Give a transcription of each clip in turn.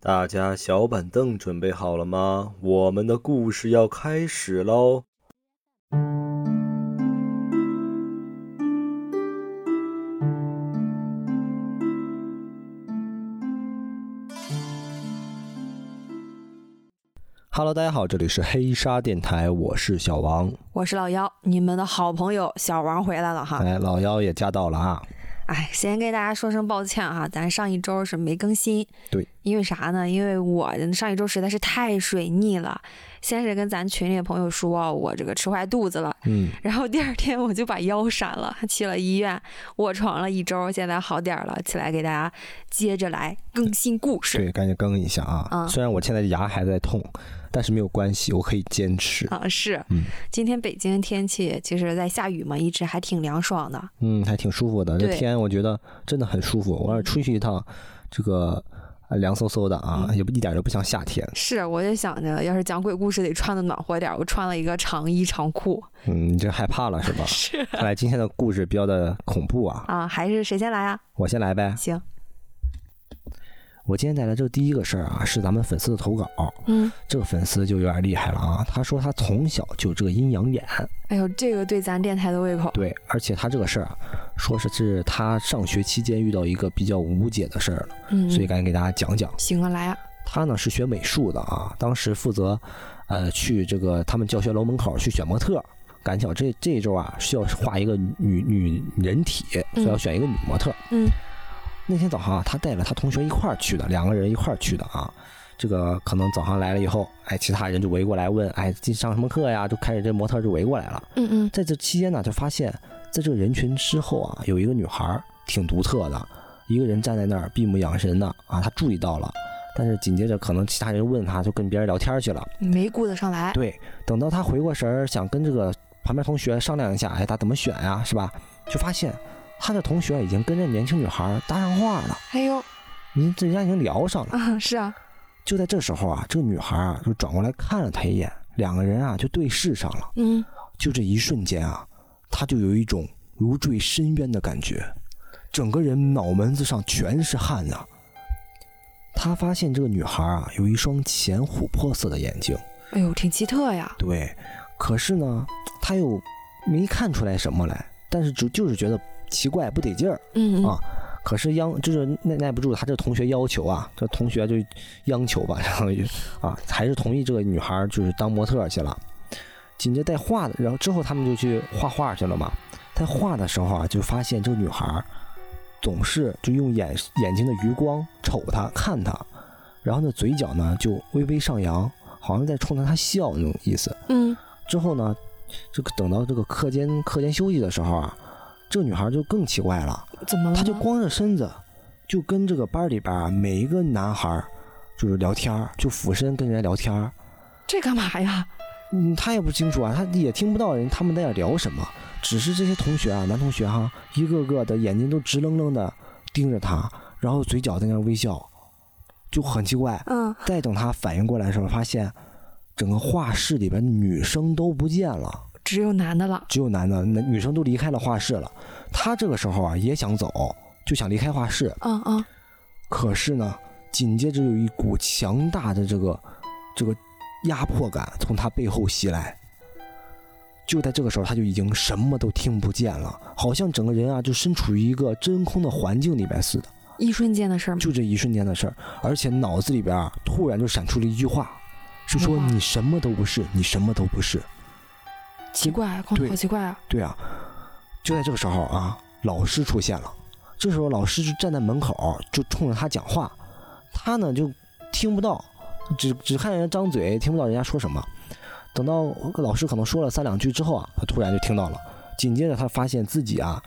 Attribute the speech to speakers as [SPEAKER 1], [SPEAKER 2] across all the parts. [SPEAKER 1] 大家小板凳准备好了吗？我们的故事要开始喽！Hello，大家好，这里是黑沙电台，我是小王。
[SPEAKER 2] 我是老幺，你们的好朋友小王回来了哈。
[SPEAKER 1] 哎，老妖也驾到了啊！
[SPEAKER 2] 哎，先跟大家说声抱歉哈，咱上一周是没更新。
[SPEAKER 1] 对，
[SPEAKER 2] 因为啥呢？因为我上一周实在是太水逆了，先是跟咱群里的朋友说我这个吃坏肚子了，
[SPEAKER 1] 嗯，
[SPEAKER 2] 然后第二天我就把腰闪了，还去了医院，卧床了一周，现在好点儿了，起来给大家接着来更新故事
[SPEAKER 1] 对，赶紧更一下啊！
[SPEAKER 2] 嗯
[SPEAKER 1] 虽然我现在牙还在痛，但是没有关系，我可以坚持。
[SPEAKER 2] 啊。是，
[SPEAKER 1] 嗯
[SPEAKER 2] 今天北京天气其实在下雨嘛，一直还挺凉爽的。
[SPEAKER 1] 嗯，还挺舒服的。这
[SPEAKER 2] 对
[SPEAKER 1] 天我觉得真的很舒服。我要是出去一趟，这个呃凉飕飕的啊，也不一点都不像夏天。
[SPEAKER 2] 是，我就想着，要是讲鬼故事得穿的暖和点儿，我穿了一个长衣长裤。
[SPEAKER 1] 嗯，你这害怕了是吧？
[SPEAKER 2] 是
[SPEAKER 1] 看来今天的故事比较的恐怖啊。
[SPEAKER 2] 啊，还是谁先来啊？
[SPEAKER 1] 我先来呗。
[SPEAKER 2] 行，
[SPEAKER 1] 我今天带来这第一个事儿啊，是咱们粉丝的投稿。
[SPEAKER 2] 嗯，
[SPEAKER 1] 这个粉丝就有点厉害了啊，他说他从小就有这个阴阳眼，
[SPEAKER 2] 哎呦，这个对咱电台的胃口。
[SPEAKER 1] 对，而且他这个事儿啊，说是是他上学期间遇到一个比较无解的事儿了，
[SPEAKER 2] 嗯，
[SPEAKER 1] 所以赶紧给大家讲讲。
[SPEAKER 2] 行啊，来啊，
[SPEAKER 1] 他呢是学美术的啊，当时负责，呃，去这个他们教学楼门口去选模特。赶巧这这一周啊，需要画一个女女人体，所以要选一个女模特。
[SPEAKER 2] 嗯
[SPEAKER 1] 那天早上啊，他带了他同学一块儿去的，两个人一块儿去的啊。这个可能早上来了以后，哎，其他人就围过来问，哎，今上什么课呀？就开始这模特就围过来了。
[SPEAKER 2] 嗯嗯，
[SPEAKER 1] 在这期间呢，就发现，在这个人群之后啊，有一个女孩儿挺独特的，一个人站在那儿闭目养神呢。啊，她注意到了，但是紧接着可能其他人问她，就跟别人聊天去了。
[SPEAKER 2] 嗯没顾得上来。
[SPEAKER 1] 对，等到她回过神儿，想跟这个旁边同学商量一下，哎，她怎么选呀、是吧？就发现她的同学已经跟这年轻女孩儿搭上话了，
[SPEAKER 2] 哎呦，
[SPEAKER 1] 您这人家已经聊上了。
[SPEAKER 2] 啊，是啊，
[SPEAKER 1] 就在这时候啊，这个女孩儿啊就转过来看了他一眼，两个人啊就对视上了。
[SPEAKER 2] 嗯，
[SPEAKER 1] 就这一瞬间啊，他就有一种如坠深渊的感觉，整个人脑门子上全是汗呐、他发现这个女孩啊有一双浅琥珀色的眼睛，
[SPEAKER 2] 哎呦，挺奇特呀。
[SPEAKER 1] 对，可是呢，他又没看出来什么来，但是就就是觉得奇怪不得劲儿。
[SPEAKER 2] 嗯
[SPEAKER 1] 啊可是央就是耐耐不住他这同学要求啊，这同学就央求吧， 相当于啊，还是同意这个女孩就是当模特去了。紧接着带画的，然后之后他们就去画画去了嘛。在画的时候啊，就发现这个女孩总是就用眼眼睛的余光瞅他看他，然后呢嘴角呢就微微上扬，好像在冲着他笑那种意思。
[SPEAKER 2] 嗯
[SPEAKER 1] 之后呢，这个等到这个课间课间休息的时候啊，这个女孩就更奇怪了。
[SPEAKER 2] 嗯，怎么了？
[SPEAKER 1] 他就，光着身子，就跟这个班里边儿啊每一个男孩儿就是聊天儿，就俯身跟人家聊天儿。
[SPEAKER 2] 这干嘛呀？
[SPEAKER 1] 嗯，他也不清楚啊，他也听不到人他们在那聊什么，只是这些同学啊，男同学哈、一个个的眼睛都直愣愣的盯着他，然后嘴角在那儿微笑，就很奇怪。
[SPEAKER 2] 嗯，
[SPEAKER 1] 再等他反应过来的时候，发现整个画室里边女生都不见了。
[SPEAKER 2] 只有男的了。
[SPEAKER 1] 只有男的，那女生都离开了画室了。他这个时候啊，也想走，就想离开画室，
[SPEAKER 2] 嗯嗯，
[SPEAKER 1] 可是呢，紧接着有一股强大的这个这个压迫感从他背后袭来。就在这个时候，他就已经什么都听不见了，好像整个人啊就身处于一个真空的环境里面似的。
[SPEAKER 2] 一瞬间的事儿嘛。
[SPEAKER 1] 就这一瞬间的事儿，而且脑子里边啊突然就闪出了一句话，是说
[SPEAKER 2] 什么话
[SPEAKER 1] 你什么都不是，你什么都不是。
[SPEAKER 2] 奇怪，光
[SPEAKER 1] 对
[SPEAKER 2] 好奇怪啊。
[SPEAKER 1] 对啊，就在这个时候啊，老师出现了。这时候老师就站在门口，就冲着他讲话，他呢就听不到，只只看人家张嘴，听不到人家说什么。等到老师可能说了三两句之后啊，他突然就听到了。紧接着他发现自己啊，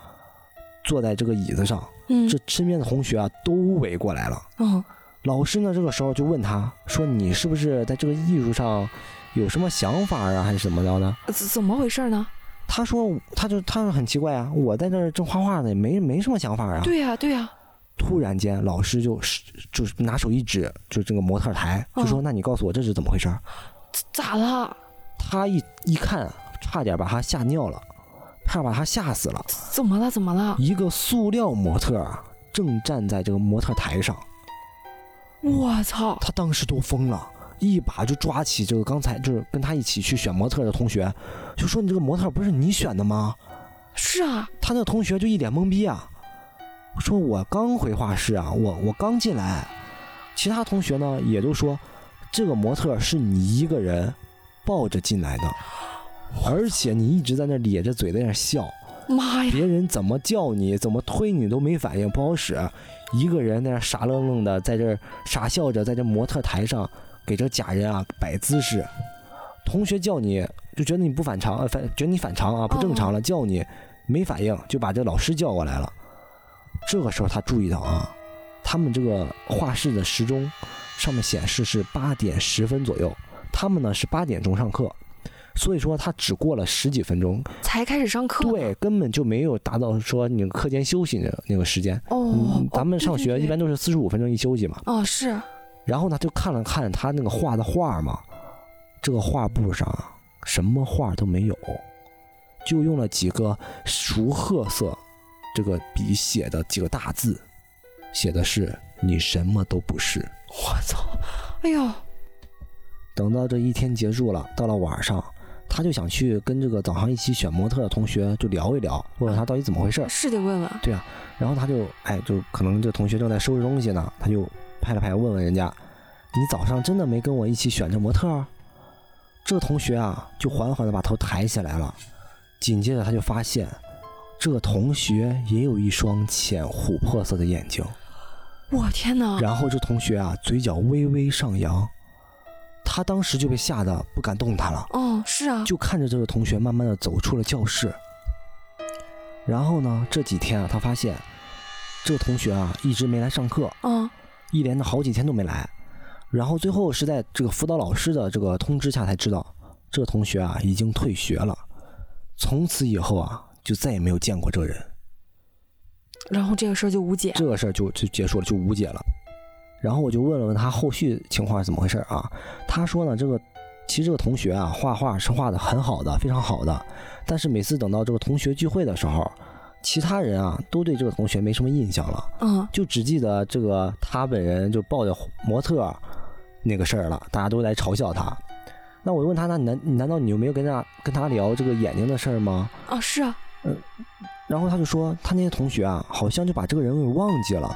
[SPEAKER 1] 坐在这个椅子上，
[SPEAKER 2] 嗯，
[SPEAKER 1] 这身边的同学啊都围过来了。
[SPEAKER 2] 嗯
[SPEAKER 1] 老师呢这个时候就问他说：“你是不是在这个艺术上有什么想法啊，还是怎么着呢？”
[SPEAKER 2] 怎怎么回事呢？
[SPEAKER 1] 他说，他就他很奇怪啊，我在这儿正画画呢，也没没什么想法啊。
[SPEAKER 2] 对呀对呀，
[SPEAKER 1] 突然间，老师就是就是拿手一指，就这个模特台，就说：“
[SPEAKER 2] 嗯
[SPEAKER 1] 那你告诉我这是怎么回事儿
[SPEAKER 2] 咋了？？”
[SPEAKER 1] 他一一看，差点把他吓尿了，差点把他吓死了。
[SPEAKER 2] 怎么了？怎
[SPEAKER 1] 啊
[SPEAKER 2] 么了？
[SPEAKER 1] 一个塑料模特正站在这个模特台上，
[SPEAKER 2] 我操！
[SPEAKER 1] 他当时都疯了，一把就抓起这个刚才就是跟他一起去选模特的同学，就说你这个模特不是你选的吗？
[SPEAKER 2] 是啊，
[SPEAKER 1] 他那同学就一脸懵逼啊，说我刚回画室啊，我我刚进来。其他同学呢也都说，这个模特是你一个人抱着进来的，而且你一直在那咧着嘴在那笑，
[SPEAKER 2] 妈哎呀！
[SPEAKER 1] 别人怎么叫你怎么推你都没反应，不好使，一个人在那傻愣愣的在这儿傻笑着，在这模特台上给这假人啊摆姿势。同学叫你就觉得你不反常，呃，反觉得你反常啊，不正常了，叫你没反应，就把这老师叫过来了。这个时候他注意到啊，他们这个画室的时钟上面显示是八点十分左右，他们呢是八点钟上课，所以说他只过了十几分钟，
[SPEAKER 2] 才开始上课呢。
[SPEAKER 1] 对，根本就没有达到说你课间休息那个那个时间。
[SPEAKER 2] 哦
[SPEAKER 1] 嗯，，咱们
[SPEAKER 2] 哦
[SPEAKER 1] 上学一。
[SPEAKER 2] 对对
[SPEAKER 1] 般都
[SPEAKER 2] 对
[SPEAKER 1] 是四十五分钟一休息嘛。
[SPEAKER 2] 哦，是
[SPEAKER 1] 然后呢，就看了看他那个画的画嘛，这个画布上啊什么画都没有，就用了几个熟褐色这个笔写的几个大字，写的是“你什么都不是”。
[SPEAKER 2] 我操！哎呦，
[SPEAKER 1] 等到这一天结束了，到了晚上，他就想去跟这个早上一起选模特的同学就聊一聊，问问他到底怎么回事儿。
[SPEAKER 2] 是得问问。
[SPEAKER 1] 然后他就哎，就可能这同学正在收拾东西呢，他就拍了拍，问问人家：“你早上真的没跟我一起选这模特儿？”这个同学啊，就缓缓的把头抬起来了。紧接着他就发现，这个同学也有一双浅琥珀色的眼睛。
[SPEAKER 2] 我天哪！
[SPEAKER 1] 然后这同学啊，嘴角微微上扬。他当时就被吓得不敢动弹了。
[SPEAKER 2] 哦，是啊，
[SPEAKER 1] 就看着这个同学慢慢的走出了教室。然后呢，这几天啊，他发现这个同学啊一直没来上课，
[SPEAKER 2] 嗯，
[SPEAKER 1] 一连的好几天都没来。然后最后是在这个辅导老师的这个通知下才知道，这个同学啊已经退学了。从此以后啊，就再也没有见过这个人。
[SPEAKER 2] 然后这个事儿就无解。
[SPEAKER 1] 这个事儿就就结束了，就无解了。然后我就问了问他后续情况是怎么回事儿啊？他说呢，这个其实这个同学啊，画画是画的很好的，非常好的，但是每次等到这个同学聚会的时候，其他人啊都对这个同学没什么印象了，
[SPEAKER 2] 嗯，
[SPEAKER 1] 就只记得这个他本人就抱着模特儿那个事儿了，大家都来嘲笑他。那我问他，那你难你难道你就没有跟他跟他聊这个眼睛的事儿吗？
[SPEAKER 2] 哦，是啊，
[SPEAKER 1] 然后他就说，他那些同学啊，好像就把这个人给忘记了。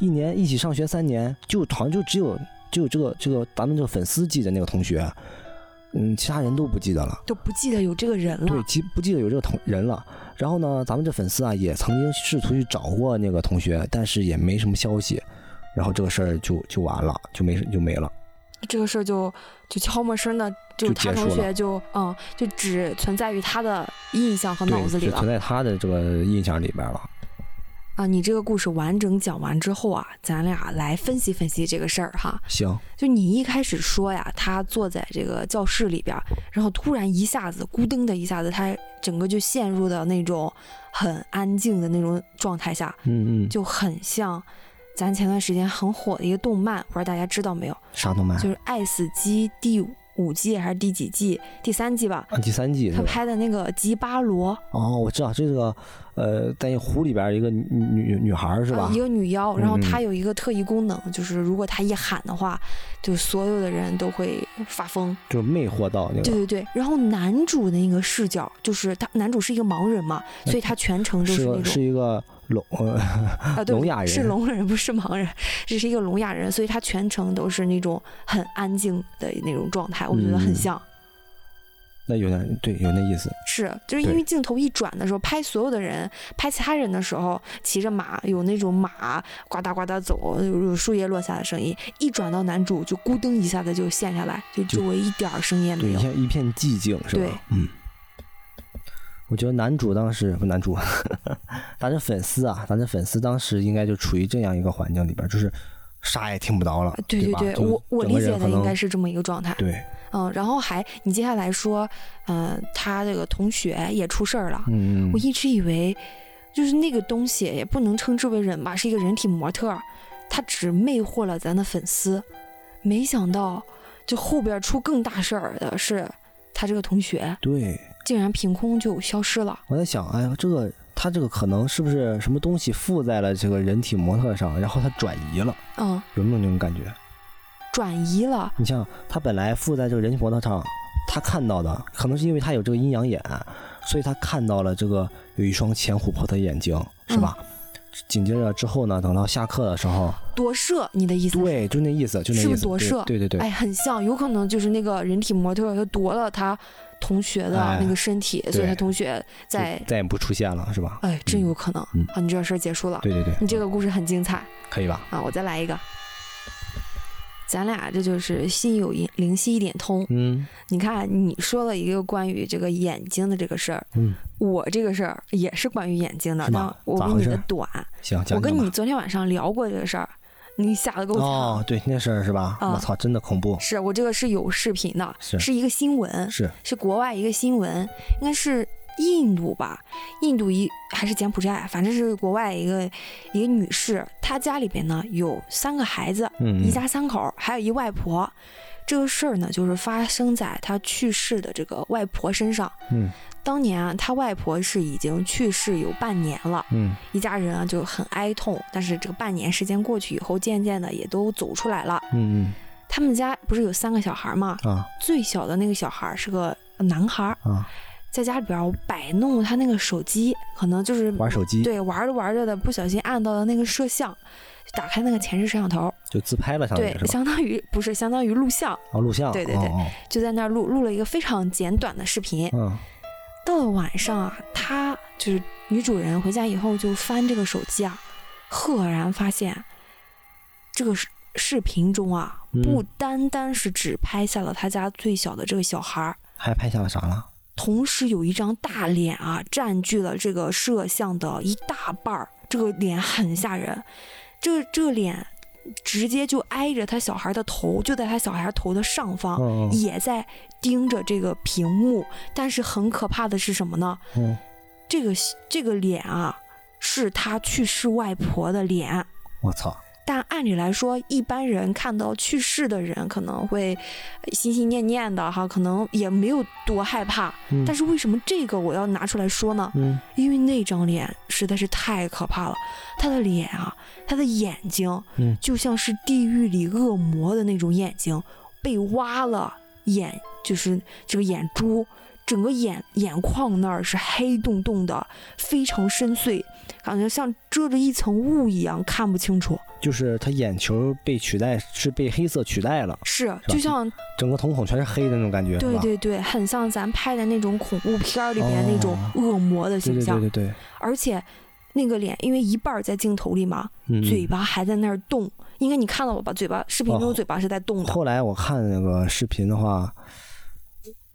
[SPEAKER 1] 一年一起上学三年，就好像就只有只有这个这个咱们这个粉丝记得那个同学，嗯，其他人都不记得了。
[SPEAKER 2] 都不记得有这个人
[SPEAKER 1] 对
[SPEAKER 2] 了。，
[SPEAKER 1] 记不记得有这个同人了？然后呢，咱们这粉丝啊也曾经试图去找过那个同学，但是也没什么消息。然后这个事儿就就完了，就没就没了。
[SPEAKER 2] 这个事儿就就悄没声的，就
[SPEAKER 1] 就
[SPEAKER 2] 他
[SPEAKER 1] 结束
[SPEAKER 2] 同学
[SPEAKER 1] 了
[SPEAKER 2] 就嗯，就只存在于他的印象和脑
[SPEAKER 1] 对，
[SPEAKER 2] 子里
[SPEAKER 1] 就
[SPEAKER 2] 了
[SPEAKER 1] 存。在他的这个印象里边了。
[SPEAKER 2] 啊，你这个故事完整讲完之后啊，咱俩来分析分析这个事儿哈。
[SPEAKER 1] 行，
[SPEAKER 2] 就你一开始说呀，他坐在这个教室里边儿，然后突然一下子咕噔的一下子，他整个就陷入到那种很安静的那种状态下，
[SPEAKER 1] 嗯嗯，
[SPEAKER 2] 就很像咱前段时间很火的一个动漫，不知道大家知道没有？
[SPEAKER 1] 啥动漫
[SPEAKER 2] 就是《爱死机》第五季还是第几季？第三季吧。
[SPEAKER 1] 啊？第三季是
[SPEAKER 2] 他
[SPEAKER 1] 吧？
[SPEAKER 2] 拍的那个吉巴罗
[SPEAKER 1] 哦，我知道这个，呃，在湖里边儿一个女女女孩儿是
[SPEAKER 2] 啊
[SPEAKER 1] 吧
[SPEAKER 2] 一？个女妖，然后
[SPEAKER 1] 嗯嗯
[SPEAKER 2] 她有一个特异功能，就是如果她一喊的话，就所有的人都会发疯。
[SPEAKER 1] 就魅惑到那
[SPEAKER 2] 对
[SPEAKER 1] 个，
[SPEAKER 2] 对对，然后男主那个视角就是他，男主是一个盲人嘛，所以他全程就是是那
[SPEAKER 1] 个哎是
[SPEAKER 2] 种
[SPEAKER 1] 一个聋，呃，
[SPEAKER 2] 啊，对，
[SPEAKER 1] 聋哑人
[SPEAKER 2] 是聋人不是盲人， 只是一个聋哑人，所以他全程都是那种很安静的那种状态，我觉得很
[SPEAKER 1] 嗯
[SPEAKER 2] 像。
[SPEAKER 1] 那有点对，有那意思。
[SPEAKER 2] 是，就是因为
[SPEAKER 1] 对
[SPEAKER 2] 镜头一转的时候，拍所有的人，拍其他人的时候，骑着马，有那种马呱嗒呱嗒走，有有树叶落下的声音；一转到男主，就咕噔一下子就陷下来，就
[SPEAKER 1] 就
[SPEAKER 2] 周围一点儿声音也
[SPEAKER 1] 对，
[SPEAKER 2] 没
[SPEAKER 1] 一
[SPEAKER 2] 有。
[SPEAKER 1] 片一片寂静是
[SPEAKER 2] 对
[SPEAKER 1] 吧？嗯，我觉得男主当时不男主， 咱这粉丝啊，咱这粉丝当时应该就处于这样一个环境里边儿，就是啥也听不着了，
[SPEAKER 2] 啊对
[SPEAKER 1] 对吧
[SPEAKER 2] 对，
[SPEAKER 1] 就
[SPEAKER 2] 我我
[SPEAKER 1] 整个
[SPEAKER 2] 理解
[SPEAKER 1] 人
[SPEAKER 2] 的
[SPEAKER 1] 可
[SPEAKER 2] 应
[SPEAKER 1] 能
[SPEAKER 2] 该是这么一个状态。
[SPEAKER 1] 对，
[SPEAKER 2] 嗯，然后还你接下来说，嗯、他这个同学也出事儿了。
[SPEAKER 1] 嗯，
[SPEAKER 2] 我一直以为，就是那个东西也不能称之为人吧，是一个人体模特儿，他只魅惑了咱的粉丝，没想到就后边出更大事儿的是，他这个同学
[SPEAKER 1] 对，
[SPEAKER 2] 竟然凭空就消失了。
[SPEAKER 1] 我在想，哎呀，这个他这个可能是不是什么东西附在了这个人体模特上，然后它转移了，
[SPEAKER 2] 嗯，
[SPEAKER 1] 有没有这种感觉？
[SPEAKER 2] 转移了，
[SPEAKER 1] 你像他本来附在这个人体模特上，他看到的可能是因为他有这个阴阳眼，所以他看到了这个有一双浅琥珀的眼睛，是
[SPEAKER 2] 嗯
[SPEAKER 1] 吧？紧接着之后呢，等到下课的时候，
[SPEAKER 2] 夺舍，你的意思？
[SPEAKER 1] 对，就那意思，就那意
[SPEAKER 2] 是
[SPEAKER 1] 思，
[SPEAKER 2] 不是夺舍
[SPEAKER 1] 对对对对
[SPEAKER 2] 哎，很像，有可能就是那个人体模特儿他夺了他同学的
[SPEAKER 1] 哎
[SPEAKER 2] 那个身体，所以
[SPEAKER 1] 对
[SPEAKER 2] 他同学在
[SPEAKER 1] 就，再也不出现了，是吧？
[SPEAKER 2] 哎，真有可能。
[SPEAKER 1] 嗯
[SPEAKER 2] 好，你这事儿结束了，
[SPEAKER 1] 对对对，
[SPEAKER 2] 你这个故事很精彩
[SPEAKER 1] 可以吧？
[SPEAKER 2] 啊！我再来一个，咱俩这就是心有灵灵犀一点通。
[SPEAKER 1] 嗯
[SPEAKER 2] 你看，你说了一个关于这个眼睛的这个事儿，
[SPEAKER 1] 嗯，
[SPEAKER 2] 我这个事儿也是关于眼睛的，
[SPEAKER 1] 是吗
[SPEAKER 2] 但我
[SPEAKER 1] 咋
[SPEAKER 2] 比
[SPEAKER 1] 回
[SPEAKER 2] 你
[SPEAKER 1] 事
[SPEAKER 2] 的
[SPEAKER 1] 儿
[SPEAKER 2] 短。
[SPEAKER 1] 行，讲
[SPEAKER 2] 我跟
[SPEAKER 1] 讲
[SPEAKER 2] 你
[SPEAKER 1] 吧
[SPEAKER 2] 昨天晚上聊过这个事儿，你吓得够呛。
[SPEAKER 1] 哦，对那事儿是吧？
[SPEAKER 2] 啊
[SPEAKER 1] 我操，真的恐怖，
[SPEAKER 2] 是我这个是有视频的，
[SPEAKER 1] 是
[SPEAKER 2] 一个新闻，
[SPEAKER 1] 是
[SPEAKER 2] 是国外一个新闻，应该是印度吧，印度一还是柬埔寨，反正是国外一个一个女士，她家里边呢有三个孩子，
[SPEAKER 1] 嗯
[SPEAKER 2] 一
[SPEAKER 1] 嗯
[SPEAKER 2] 家三口儿，还有一外婆。这个事儿呢，就是发生在她去世的这个外婆身上。
[SPEAKER 1] 嗯
[SPEAKER 2] 当年啊，她外婆是已经去世有半年了，
[SPEAKER 1] 嗯
[SPEAKER 2] 一家人啊就很哀痛。但是这个半年时间过去以后，渐渐的也都走出来了。
[SPEAKER 1] 嗯
[SPEAKER 2] 他们家不是有三个小孩儿嘛，
[SPEAKER 1] 嗯啊
[SPEAKER 2] 最小的那个小孩儿是个男孩儿，
[SPEAKER 1] 啊，
[SPEAKER 2] 在家里边儿摆弄他那个手机，可能就是
[SPEAKER 1] 玩手机
[SPEAKER 2] 对玩着玩着的不小心按到了那个摄像，打开那个前置摄像头，
[SPEAKER 1] 就自拍了，相当于
[SPEAKER 2] 对
[SPEAKER 1] 是，吧？
[SPEAKER 2] 相当于不是相当于录像，
[SPEAKER 1] 哦，录像，
[SPEAKER 2] 对对
[SPEAKER 1] 哦
[SPEAKER 2] 对就在那儿录录了一个非常简短的视频。
[SPEAKER 1] 哦
[SPEAKER 2] 到了晚上啊，她就是女主人回家以后就翻这个手机啊，赫然发现这个视视频中啊，
[SPEAKER 1] 嗯
[SPEAKER 2] 不单单是只拍下了她家最小的这个小孩儿。
[SPEAKER 1] 嗯，还拍下了啥了？
[SPEAKER 2] 同时有一张大脸啊，占据了这个摄像的一大半儿，这个脸很吓人，这个这个脸直接就挨着他小孩的头，就在他小孩头的上方，
[SPEAKER 1] 嗯嗯
[SPEAKER 2] 也在盯着这个屏幕。但是很可怕的是什么呢？
[SPEAKER 1] 嗯，
[SPEAKER 2] 这个这个脸啊，是他去世外婆的脸。
[SPEAKER 1] 我操，
[SPEAKER 2] 但按理来说，一般人看到去世的人，可能会呃心心念念的哈，可能也没有多害怕。
[SPEAKER 1] 嗯
[SPEAKER 2] 但是为什么这个我要拿出来说呢？
[SPEAKER 1] 嗯
[SPEAKER 2] 因为那张脸实在是太可怕了，他的脸啊，他的眼睛，
[SPEAKER 1] 嗯
[SPEAKER 2] 就像是地狱里恶魔的那种眼睛，被挖了眼，就是这个眼珠，整个眼眼眶那儿是黑洞洞的，非常深邃，感觉像遮着一层雾一样，看不清楚。
[SPEAKER 1] 就是他眼球被取代，是被黑色取代了，
[SPEAKER 2] 是，就像
[SPEAKER 1] 整个瞳孔全是黑的那种感觉，是
[SPEAKER 2] 对
[SPEAKER 1] 吧？
[SPEAKER 2] 对对，很像咱拍的那种恐怖片儿里边那种恶魔的
[SPEAKER 1] 哦对
[SPEAKER 2] 形
[SPEAKER 1] 对
[SPEAKER 2] 象，
[SPEAKER 1] 对对对，
[SPEAKER 2] 而且那个脸，因为一半儿在镜头里嘛，
[SPEAKER 1] 嗯。
[SPEAKER 2] 嘴
[SPEAKER 1] 嗯
[SPEAKER 2] 巴还在那儿动。应该你看到我吧？嘴巴视频中
[SPEAKER 1] 哦
[SPEAKER 2] 嘴巴是在动的，
[SPEAKER 1] 后来我看那个视频的话，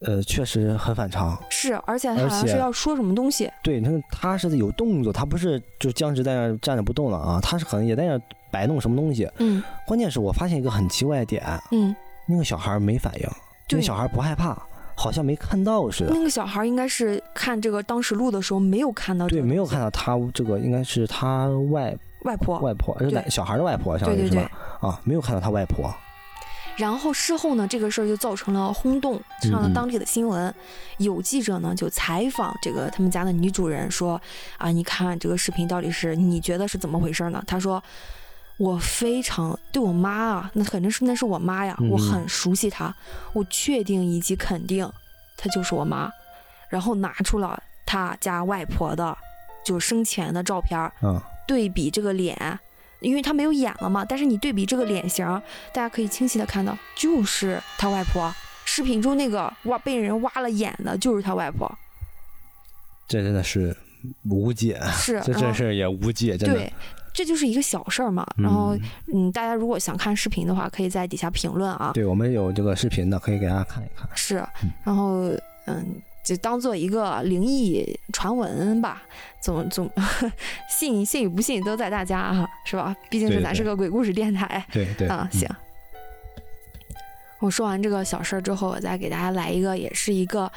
[SPEAKER 1] 呃，确实很反常。
[SPEAKER 2] 是，而且他
[SPEAKER 1] 而
[SPEAKER 2] 好像是
[SPEAKER 1] 且
[SPEAKER 2] 要说什么东西，
[SPEAKER 1] 对，那个他是有动作，他不是就僵直在那儿站着不动了啊，他是可能也在那儿摆弄什么东西。
[SPEAKER 2] 嗯
[SPEAKER 1] 关键是我发现一个很奇怪的点，
[SPEAKER 2] 嗯，
[SPEAKER 1] 那个小孩没反应，那
[SPEAKER 2] 对
[SPEAKER 1] 个小孩不害怕，好像没看到似的。
[SPEAKER 2] 那个小孩儿应该是看这个当时录的时候没有看到这
[SPEAKER 1] 对，
[SPEAKER 2] 个东西，
[SPEAKER 1] 没有看到他这个，应该是他外
[SPEAKER 2] 外婆，
[SPEAKER 1] 外婆，呃
[SPEAKER 2] 对
[SPEAKER 1] 小孩的外婆，相
[SPEAKER 2] 对
[SPEAKER 1] 当于
[SPEAKER 2] 对
[SPEAKER 1] 是
[SPEAKER 2] 对
[SPEAKER 1] 吧？。啊，没有看到他外婆。
[SPEAKER 2] 然后事后呢，这个事儿就造成了轰动，上了
[SPEAKER 1] 嗯嗯
[SPEAKER 2] 当地的新闻。有记者呢就采访这个他们家的女主人说：“啊，你看这个视频到底是你觉得是怎么回事呢？”她说：“我非常对我妈啊，那肯定是那是我妈呀，
[SPEAKER 1] 嗯嗯
[SPEAKER 2] 我很熟悉她，我确定以及肯定她就是我妈。”然后拿出了她家外婆的就生前的照片儿，
[SPEAKER 1] 嗯，
[SPEAKER 2] 对比这个脸，因为他没有眼了嘛，但是你对比这个脸型，大家可以清晰的看到，就是他外婆。视频中那个挖被人挖了眼的，就是他外婆，
[SPEAKER 1] 这真的是无解，
[SPEAKER 2] 是，
[SPEAKER 1] 这
[SPEAKER 2] 然
[SPEAKER 1] 这
[SPEAKER 2] 后
[SPEAKER 1] 事儿也无解，真的
[SPEAKER 2] 对。，这就是一个小事儿嘛。然后，嗯，大家如果想看视频的话，可以在底下评论啊。
[SPEAKER 1] 对我们有这个视频的，可以给大家看一看。
[SPEAKER 2] 是，然后，嗯，就当做一个灵异传闻吧。总总信信与不信都在大家啊，是吧？毕竟是
[SPEAKER 1] 对
[SPEAKER 2] 咱
[SPEAKER 1] 对
[SPEAKER 2] 是个鬼故事电台。
[SPEAKER 1] 对对
[SPEAKER 2] 啊，
[SPEAKER 1] 嗯
[SPEAKER 2] 行。我说完这个小事儿之后，我再给大家来一个，也是一个，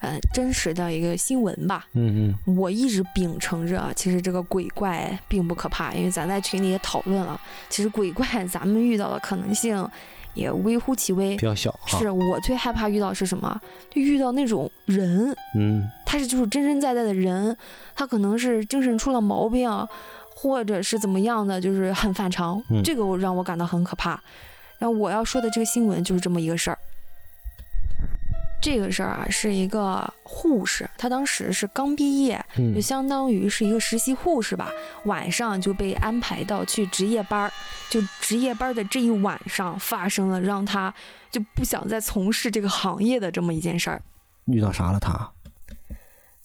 [SPEAKER 2] 呃，真实的一个新闻吧。
[SPEAKER 1] 嗯嗯，
[SPEAKER 2] 我一直秉承着，其实这个鬼怪并不可怕，因为咱在群里也讨论了，其实鬼怪咱们遇到的可能性也微乎其微
[SPEAKER 1] 比。较小哈。
[SPEAKER 2] 是我最害怕遇到是什么？就遇到那种人，
[SPEAKER 1] 嗯，
[SPEAKER 2] 他他是就是真真在在的人，他可能是精神出了毛病，或者是怎么样的，就是很反常，
[SPEAKER 1] 嗯
[SPEAKER 2] 这个我让我感到很可怕。然后我要说的这个新闻就是这么一个事儿。这个事儿啊，是一个护士，她当时是刚毕业，就
[SPEAKER 1] 嗯
[SPEAKER 2] 相当于是一个实习护士吧，晚上就被安排到去值夜班儿，就值夜班儿的这一晚上发生了让他就不想再从事这个行业的这么一件事儿。
[SPEAKER 1] 遇到啥了他？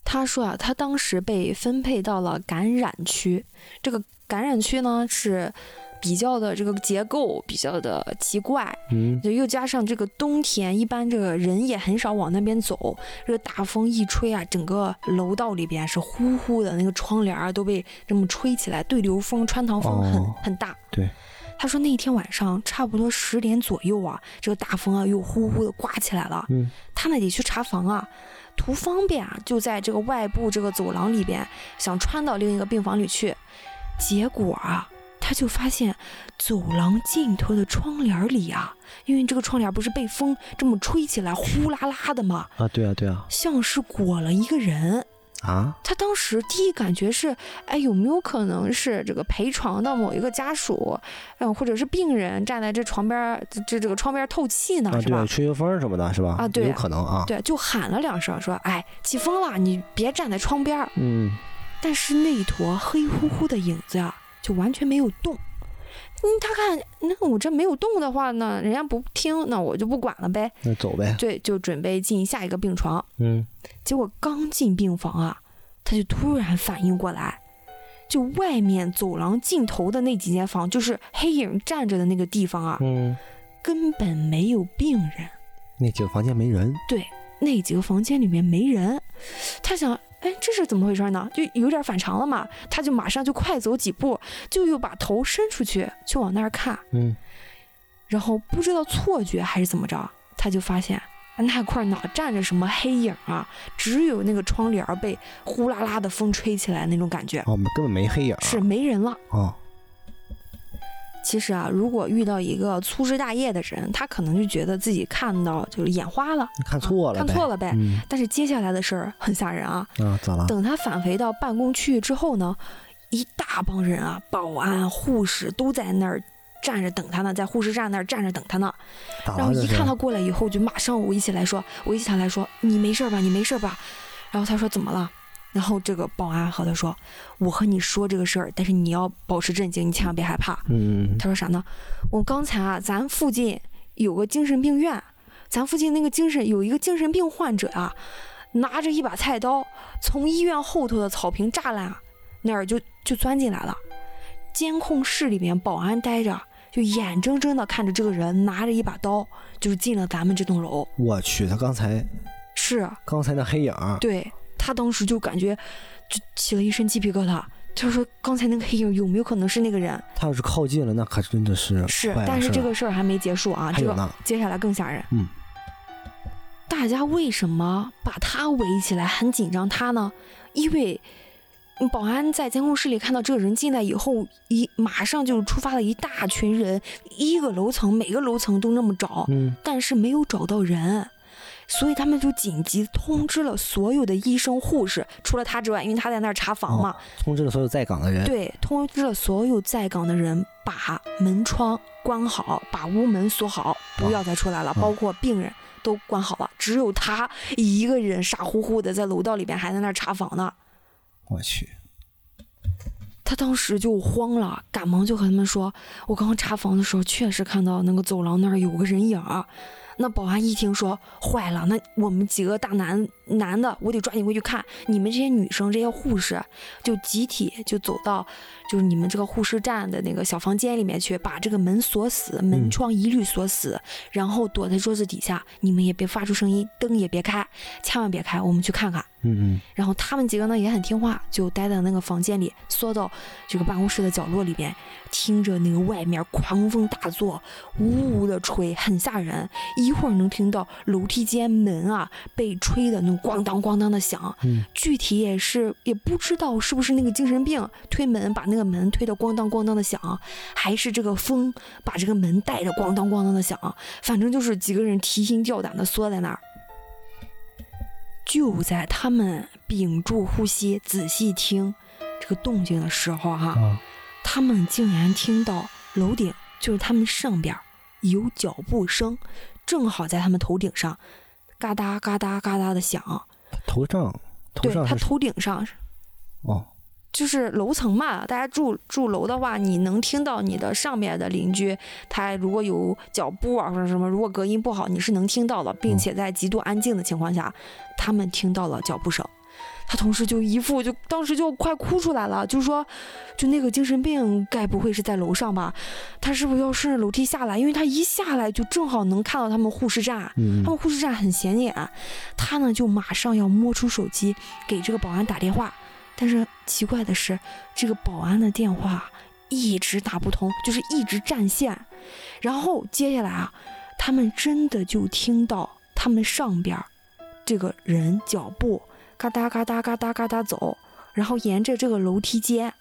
[SPEAKER 2] 他说啊，他当时被分配到了感染区，这个感染区呢是比较的这个结构比较的奇怪，
[SPEAKER 1] 嗯
[SPEAKER 2] 就又加上这个冬天，一般这个人也很少往那边走。这个大风一吹啊，整个楼道里边是呼呼的，那个窗帘儿都被这么吹起来，对流风、穿堂风很、
[SPEAKER 1] 哦
[SPEAKER 2] 很大。
[SPEAKER 1] 对，
[SPEAKER 2] 他说那一天晚上差不多十点左右啊，这个大风啊又呼呼的刮起来了。
[SPEAKER 1] 嗯
[SPEAKER 2] 他们得去查房啊，图方便啊，就在这个外部这个走廊里边，想穿到另一个病房里去。结果啊，他就发现走廊尽头的窗帘里啊，因为这个窗帘不是被风这么吹起来，呼啦啦的嘛，
[SPEAKER 1] 啊，对啊对啊
[SPEAKER 2] 像是裹了一个人。
[SPEAKER 1] 啊，
[SPEAKER 2] 他当时第一感觉是，哎，有没有可能是这个陪床的某一个家属，嗯，或者是病人站在这床边儿，这这这个窗边儿透气呢，
[SPEAKER 1] 啊
[SPEAKER 2] 是
[SPEAKER 1] 对
[SPEAKER 2] 吧
[SPEAKER 1] 啊，？吹吹风儿什么的，是吧？
[SPEAKER 2] 啊对啊
[SPEAKER 1] 有可能啊。
[SPEAKER 2] 对，就喊了两声，说：“哎，起风了，你别站在窗边儿。
[SPEAKER 1] 嗯，”
[SPEAKER 2] 但是那一坨黑乎乎的影子啊，就完全没有动。嗯，他看，那我这没有动的话呢，人家不听，那我就不管了呗。
[SPEAKER 1] 那走呗。
[SPEAKER 2] 对，就准备进下一个病床。
[SPEAKER 1] 嗯，
[SPEAKER 2] 结果刚进病房啊，他就突然反应过来，就外面走廊尽头的那几间房，就是黑影站着的那个地方啊，
[SPEAKER 1] 嗯，
[SPEAKER 2] 根本没有病人。
[SPEAKER 1] 那几个房间没人。
[SPEAKER 2] 那几个房间里面没人，他想，哎，这是怎么回事呢？就有点反常了嘛，他就马上就快走几步，就又把头伸出去，去往那儿看，
[SPEAKER 1] 嗯，
[SPEAKER 2] 然后不知道错觉还是怎么着，他就发现啊那块儿哪站着什么黑影啊，只有那个窗帘儿被呼啦啦的风吹起来那种感觉，
[SPEAKER 1] 哦，根本没黑影儿。
[SPEAKER 2] 是没人了。
[SPEAKER 1] 哦，
[SPEAKER 2] 其实啊，如果遇到一个粗枝大叶的人，他可能就觉得自己看到就是眼花了，
[SPEAKER 1] 你嗯看错了
[SPEAKER 2] 看
[SPEAKER 1] 呗。
[SPEAKER 2] 错了呗。
[SPEAKER 1] 嗯
[SPEAKER 2] 但是接下来的事儿很吓人啊，
[SPEAKER 1] 啊，咋了？
[SPEAKER 2] 等他返回到办公区域之后呢，一大帮人啊，保安、护士都在那儿站着等他呢，在护士站那儿站着等他呢。
[SPEAKER 1] 咋
[SPEAKER 2] 然
[SPEAKER 1] 了
[SPEAKER 2] 后
[SPEAKER 1] 这
[SPEAKER 2] 一
[SPEAKER 1] 是？
[SPEAKER 2] 看他过来以后，就马上围起来说，围起他来说：“你没事吧？你没事吧？”然后他说：“怎么了？”然后这个保安和他说：“我和你说这个事儿，但是你要保持镇静，你千万别害怕。”
[SPEAKER 1] 嗯，
[SPEAKER 2] 他说啥呢？我刚才啊，咱附近有个精神病院，咱附近那个精神有一个精神病患者啊，拿着一把菜刀从医院后头的草坪栅栏啊那儿就就钻进来了。监控室里面保安待着，就眼睁睁的看着这个人拿着一把刀，就是进了咱们这栋楼。
[SPEAKER 1] 我去，他刚才
[SPEAKER 2] 是啊
[SPEAKER 1] 刚才那黑影儿，
[SPEAKER 2] 对他当时就感觉就起了一身鸡皮疙瘩。他说：“刚才那个黑 影有没有可能是那个人？
[SPEAKER 1] 他要是靠近了，那可真的是
[SPEAKER 2] 是
[SPEAKER 1] 坏，了
[SPEAKER 2] 但是
[SPEAKER 1] 事儿
[SPEAKER 2] 这个事儿还没结束啊，
[SPEAKER 1] 还
[SPEAKER 2] 这
[SPEAKER 1] 有
[SPEAKER 2] 个
[SPEAKER 1] 呢。
[SPEAKER 2] 接下来更吓人。
[SPEAKER 1] 嗯，
[SPEAKER 2] 大家为什么把他围起来，很紧张他呢？因为嗯保安在监控室里看到这个人进来以后，一马上就出发了一大群人，一个楼层每个楼层都那么找，
[SPEAKER 1] 嗯，
[SPEAKER 2] 但是没有找到人。所以他们就紧急通知了所有的医生、护士，除了他之外，因为他在那儿查房嘛。
[SPEAKER 1] 通知了所有在岗的人。
[SPEAKER 2] 对，通知了所有在岗的人把门窗关好，把屋门锁好，不要再出来了，包括病人都关好了，只有他一个人傻乎乎的在楼道里边还在那儿查房呢。
[SPEAKER 1] 我去，
[SPEAKER 2] 他当时就慌了，赶忙就和他们说：“我刚刚查房的时候，确实看到那个走廊那儿有个人影儿。”那保安一听说，坏了，那我们几个大男男的，我得抓紧回去看。你们这些女生，这些护士，就集体就走到就是你们这个护士站的那个小房间里面去，把这个门锁死，门窗一律锁死，然后躲在桌子底下，你们也别发出声音，灯也别开，千万别开，我们去看看。
[SPEAKER 1] 嗯嗯，
[SPEAKER 2] 然后他们几个呢也很听话，就待在那个房间里，缩到这个办公室的角落里边，听着那个外面狂风大作，呜呜的吹，很吓人。一会儿能听到楼梯间门啊被吹的那种咣当咣当的响，
[SPEAKER 1] 嗯
[SPEAKER 2] 具体也是也不知道是不是那个精神病推门把那个门推得咣当咣当的响，还是这个风把这个门带着咣当咣当的响，反正就是几个人提心吊胆的缩在那儿。就在他们屏住呼吸，仔细听这个动静的时候哈、
[SPEAKER 1] 啊，
[SPEAKER 2] 他们竟然听到楼顶，就是他们上边儿有脚步声，正好在他们头顶上，嘎哒嘎哒嘎哒的响。
[SPEAKER 1] 头上头
[SPEAKER 2] 对
[SPEAKER 1] 上
[SPEAKER 2] 他
[SPEAKER 1] 是
[SPEAKER 2] 头顶上
[SPEAKER 1] 哦，
[SPEAKER 2] 就是楼层嘛，大家住住楼的话，你能听到你的上面的邻居，他如果有脚步啊或者什么，如果隔音不好，你是能听到的，并且在极度安静的情况下，他们听到了脚步声。他同事就一副就当时就快哭出来了，就说，就那个精神病该不会是在楼上吧？他是不是要顺着楼梯下来？因为他一下来就正好能看到他们护士站，啊
[SPEAKER 1] 嗯
[SPEAKER 2] 他们护士站很显眼，他呢就马上要摸出手机给这个保安打电话，但是奇怪的是，这个保安的电话一直打不通，就是一直占线。然后接下来啊，他们真的就听到他们上边儿这个人脚步嘎哒嘎哒嘎哒嘎哒走，然后沿着这个楼梯间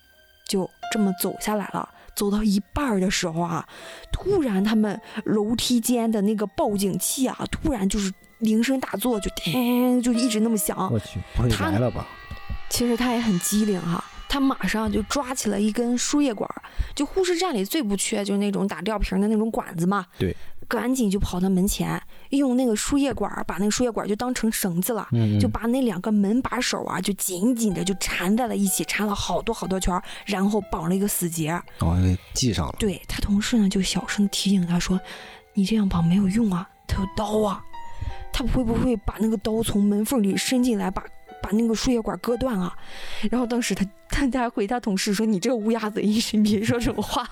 [SPEAKER 2] 就这么走下来了。走到一半儿的时候啊，突然他们楼梯间的那个报警器啊，突然就是铃声大作，就叮，就一直那么响。
[SPEAKER 1] 我去，不会
[SPEAKER 2] 他
[SPEAKER 1] 来了吧？
[SPEAKER 2] 其实他也很机灵哈，他马上就抓起了一根输液管儿，就护士站里最不缺就是那种打吊瓶的那种管子嘛。
[SPEAKER 1] 对，
[SPEAKER 2] 赶紧就跑到门前，用那个输液管儿把那个输液管儿就当成绳子了。
[SPEAKER 1] 嗯，嗯
[SPEAKER 2] 就把那两个门把手啊，就紧紧的就缠在了一起，缠了好多好多圈儿，然后绑了一个死结儿。
[SPEAKER 1] 哦给记上了，
[SPEAKER 2] 对他同事呢，就小声提醒他说：“你这样绑没有用啊，他有刀啊，他会不会把那个刀从门缝里伸进来，把把那个输液管割断啊？”然后当时他他他回他同事说：“你这个乌鸦嘴，一直别说这种话。”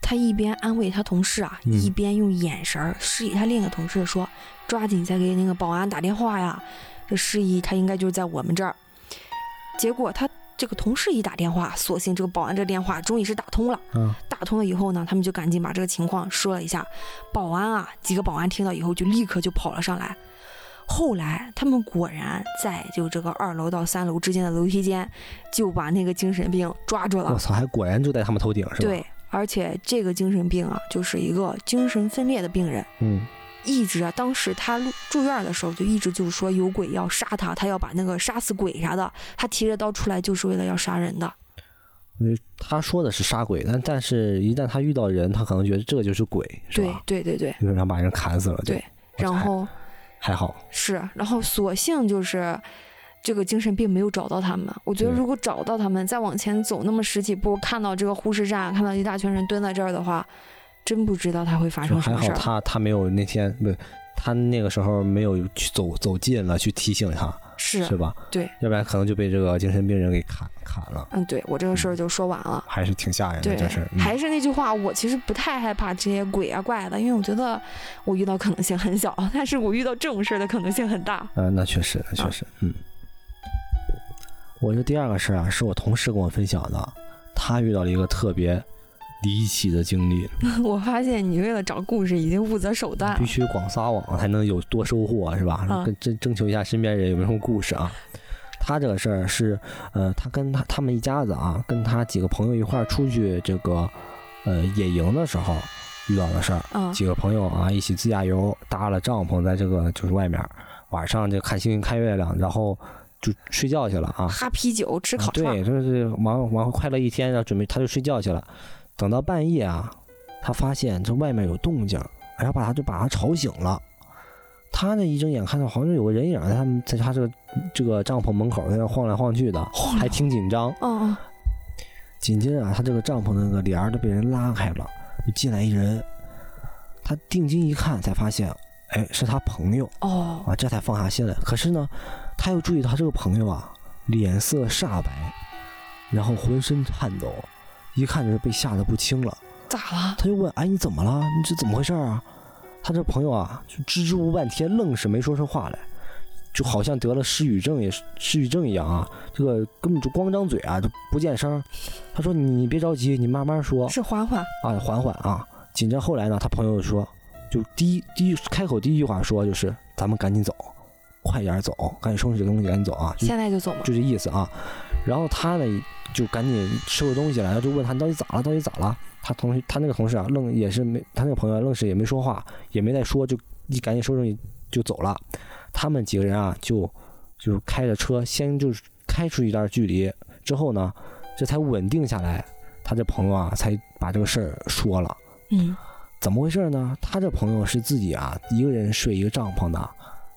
[SPEAKER 2] 他一边安慰他同事啊，
[SPEAKER 1] 嗯
[SPEAKER 2] 一边用眼神儿示意他另一个同事说：“抓紧再给那个保安打电话呀，这示意他应该就是在我们这儿。”结果他这个同事一打电话，索性这个保安这电话终于是打通了。
[SPEAKER 1] 嗯，
[SPEAKER 2] 打通了以后呢，他们就赶紧把这个情况说了一下。保安啊，几个保安听到以后就立刻就跑了上来。后来他们果然在就这个二楼到三楼之间的楼梯间，就把那个精神病抓住
[SPEAKER 1] 我
[SPEAKER 2] 了。
[SPEAKER 1] 操，还果然就在他们头顶是吧？，
[SPEAKER 2] 对，而且这个精神病啊，就是一个精神分裂的病人。
[SPEAKER 1] 嗯，
[SPEAKER 2] 一直啊，当时他入住院的时候就一直就是说有鬼要杀他，他要把那个杀死鬼啥的。他提着刀出来就是为了要杀人的。
[SPEAKER 1] 他说的是杀鬼，但但是一旦他遇到人，他可能觉得这就是鬼，是
[SPEAKER 2] 对
[SPEAKER 1] 吧？
[SPEAKER 2] 对对对。
[SPEAKER 1] 有人把人砍死了，就
[SPEAKER 2] 对然后
[SPEAKER 1] 还好，
[SPEAKER 2] 是，然后所幸就是这个精神病没有找到他们。我觉得
[SPEAKER 1] 对
[SPEAKER 2] 如果找到他们，再往前走那么十几步，看到这个护士站，看到一大群人蹲在这儿的话，真不知道他会发
[SPEAKER 1] 就
[SPEAKER 2] 生什
[SPEAKER 1] 还
[SPEAKER 2] 么
[SPEAKER 1] 好
[SPEAKER 2] 事儿。
[SPEAKER 1] 他他没有那天不，他那个时候没有去走走近了去提醒他，
[SPEAKER 2] 是，
[SPEAKER 1] 是吧？
[SPEAKER 2] 对，
[SPEAKER 1] 要不然可能就被这个精神病人给砍砍了，
[SPEAKER 2] 嗯，对我这个事儿就说完了。
[SPEAKER 1] 还是挺吓人的
[SPEAKER 2] 对
[SPEAKER 1] 这事儿。，嗯
[SPEAKER 2] 还是那句话，我其实不太害怕这些鬼啊怪的，因为我觉得我遇到可能性很小，但是我遇到这种事儿的可能性很大。
[SPEAKER 1] 嗯，那确实，那确
[SPEAKER 2] 啊
[SPEAKER 1] 实，嗯。我这第二个事儿啊，是我同事跟我分享的，他遇到了一个特别离奇的经历，
[SPEAKER 2] 我发现你为了找故事已经不择手段了
[SPEAKER 1] 必。须广撒网才能有多收获，是吧？
[SPEAKER 2] 嗯
[SPEAKER 1] 跟征征求一下身边人有没有什么故事啊。他这个事儿是，呃，他跟他他们一家子啊，跟他几个朋友一块儿出去这个，呃，野营的时候遇到的事儿。
[SPEAKER 2] 嗯
[SPEAKER 1] 几个朋友啊一起自驾游，搭了帐篷，在这个就是外面儿，晚上就看星星看月亮，然后就睡觉去了啊。
[SPEAKER 2] 哈啤酒吃烤串儿，
[SPEAKER 1] 对，就是忙忙快乐一天，然后准备他就睡觉去了。等到半夜啊，他发现这外面有动静，然后把他就把他吵醒了。他呢一睁眼看到好像有个人影在他们在他这个这个帐篷门口在那晃来晃去的，
[SPEAKER 2] 晃
[SPEAKER 1] 还
[SPEAKER 2] 了
[SPEAKER 1] 挺紧张。
[SPEAKER 2] 嗯嗯，
[SPEAKER 1] 紧接着啊，他这个帐篷的那个帘儿都被人拉开了，就进来一人。他定睛一看，才发现，哎，是他朋友
[SPEAKER 2] 哦，
[SPEAKER 1] 啊，这才放下心来。可是呢，他又注意到他这个朋友啊，脸色煞白，然后浑身颤抖，一看就是被吓得不轻了。
[SPEAKER 2] 咋了？
[SPEAKER 1] 他就问：“哎，你怎么了？你这怎么回事儿啊？”他这朋友啊，就支支吾吾半天，愣是没说出话来，就好像得了失语症也是失语症一样啊，这个根本就光张嘴啊，就不见声儿。他说：“你你别着急，你慢慢说
[SPEAKER 2] 是缓缓，
[SPEAKER 1] 啊，缓缓啊。”紧着后来呢，他朋友说，就第一第一开口第一句话说就是：“咱们赶紧走，快点儿走，赶紧收拾这个东西，赶紧走啊！”就
[SPEAKER 2] 现在就走吗？
[SPEAKER 1] 就这意思啊。然后他呢，就赶紧收拾东西了，然后就问他你到底咋了，到底咋了？他同事他那个同事啊，愣也是没，他那个朋友啊愣是也没说话，也没再说，就一赶紧收拾东西就走了。他们几个人啊，就就是开着车先就是开出一段距离之后呢，这才稳定下来，他这朋友啊才把这个事儿说了。
[SPEAKER 2] 嗯
[SPEAKER 1] 怎么回事呢？他这朋友是自己啊一个人睡一个帐篷的，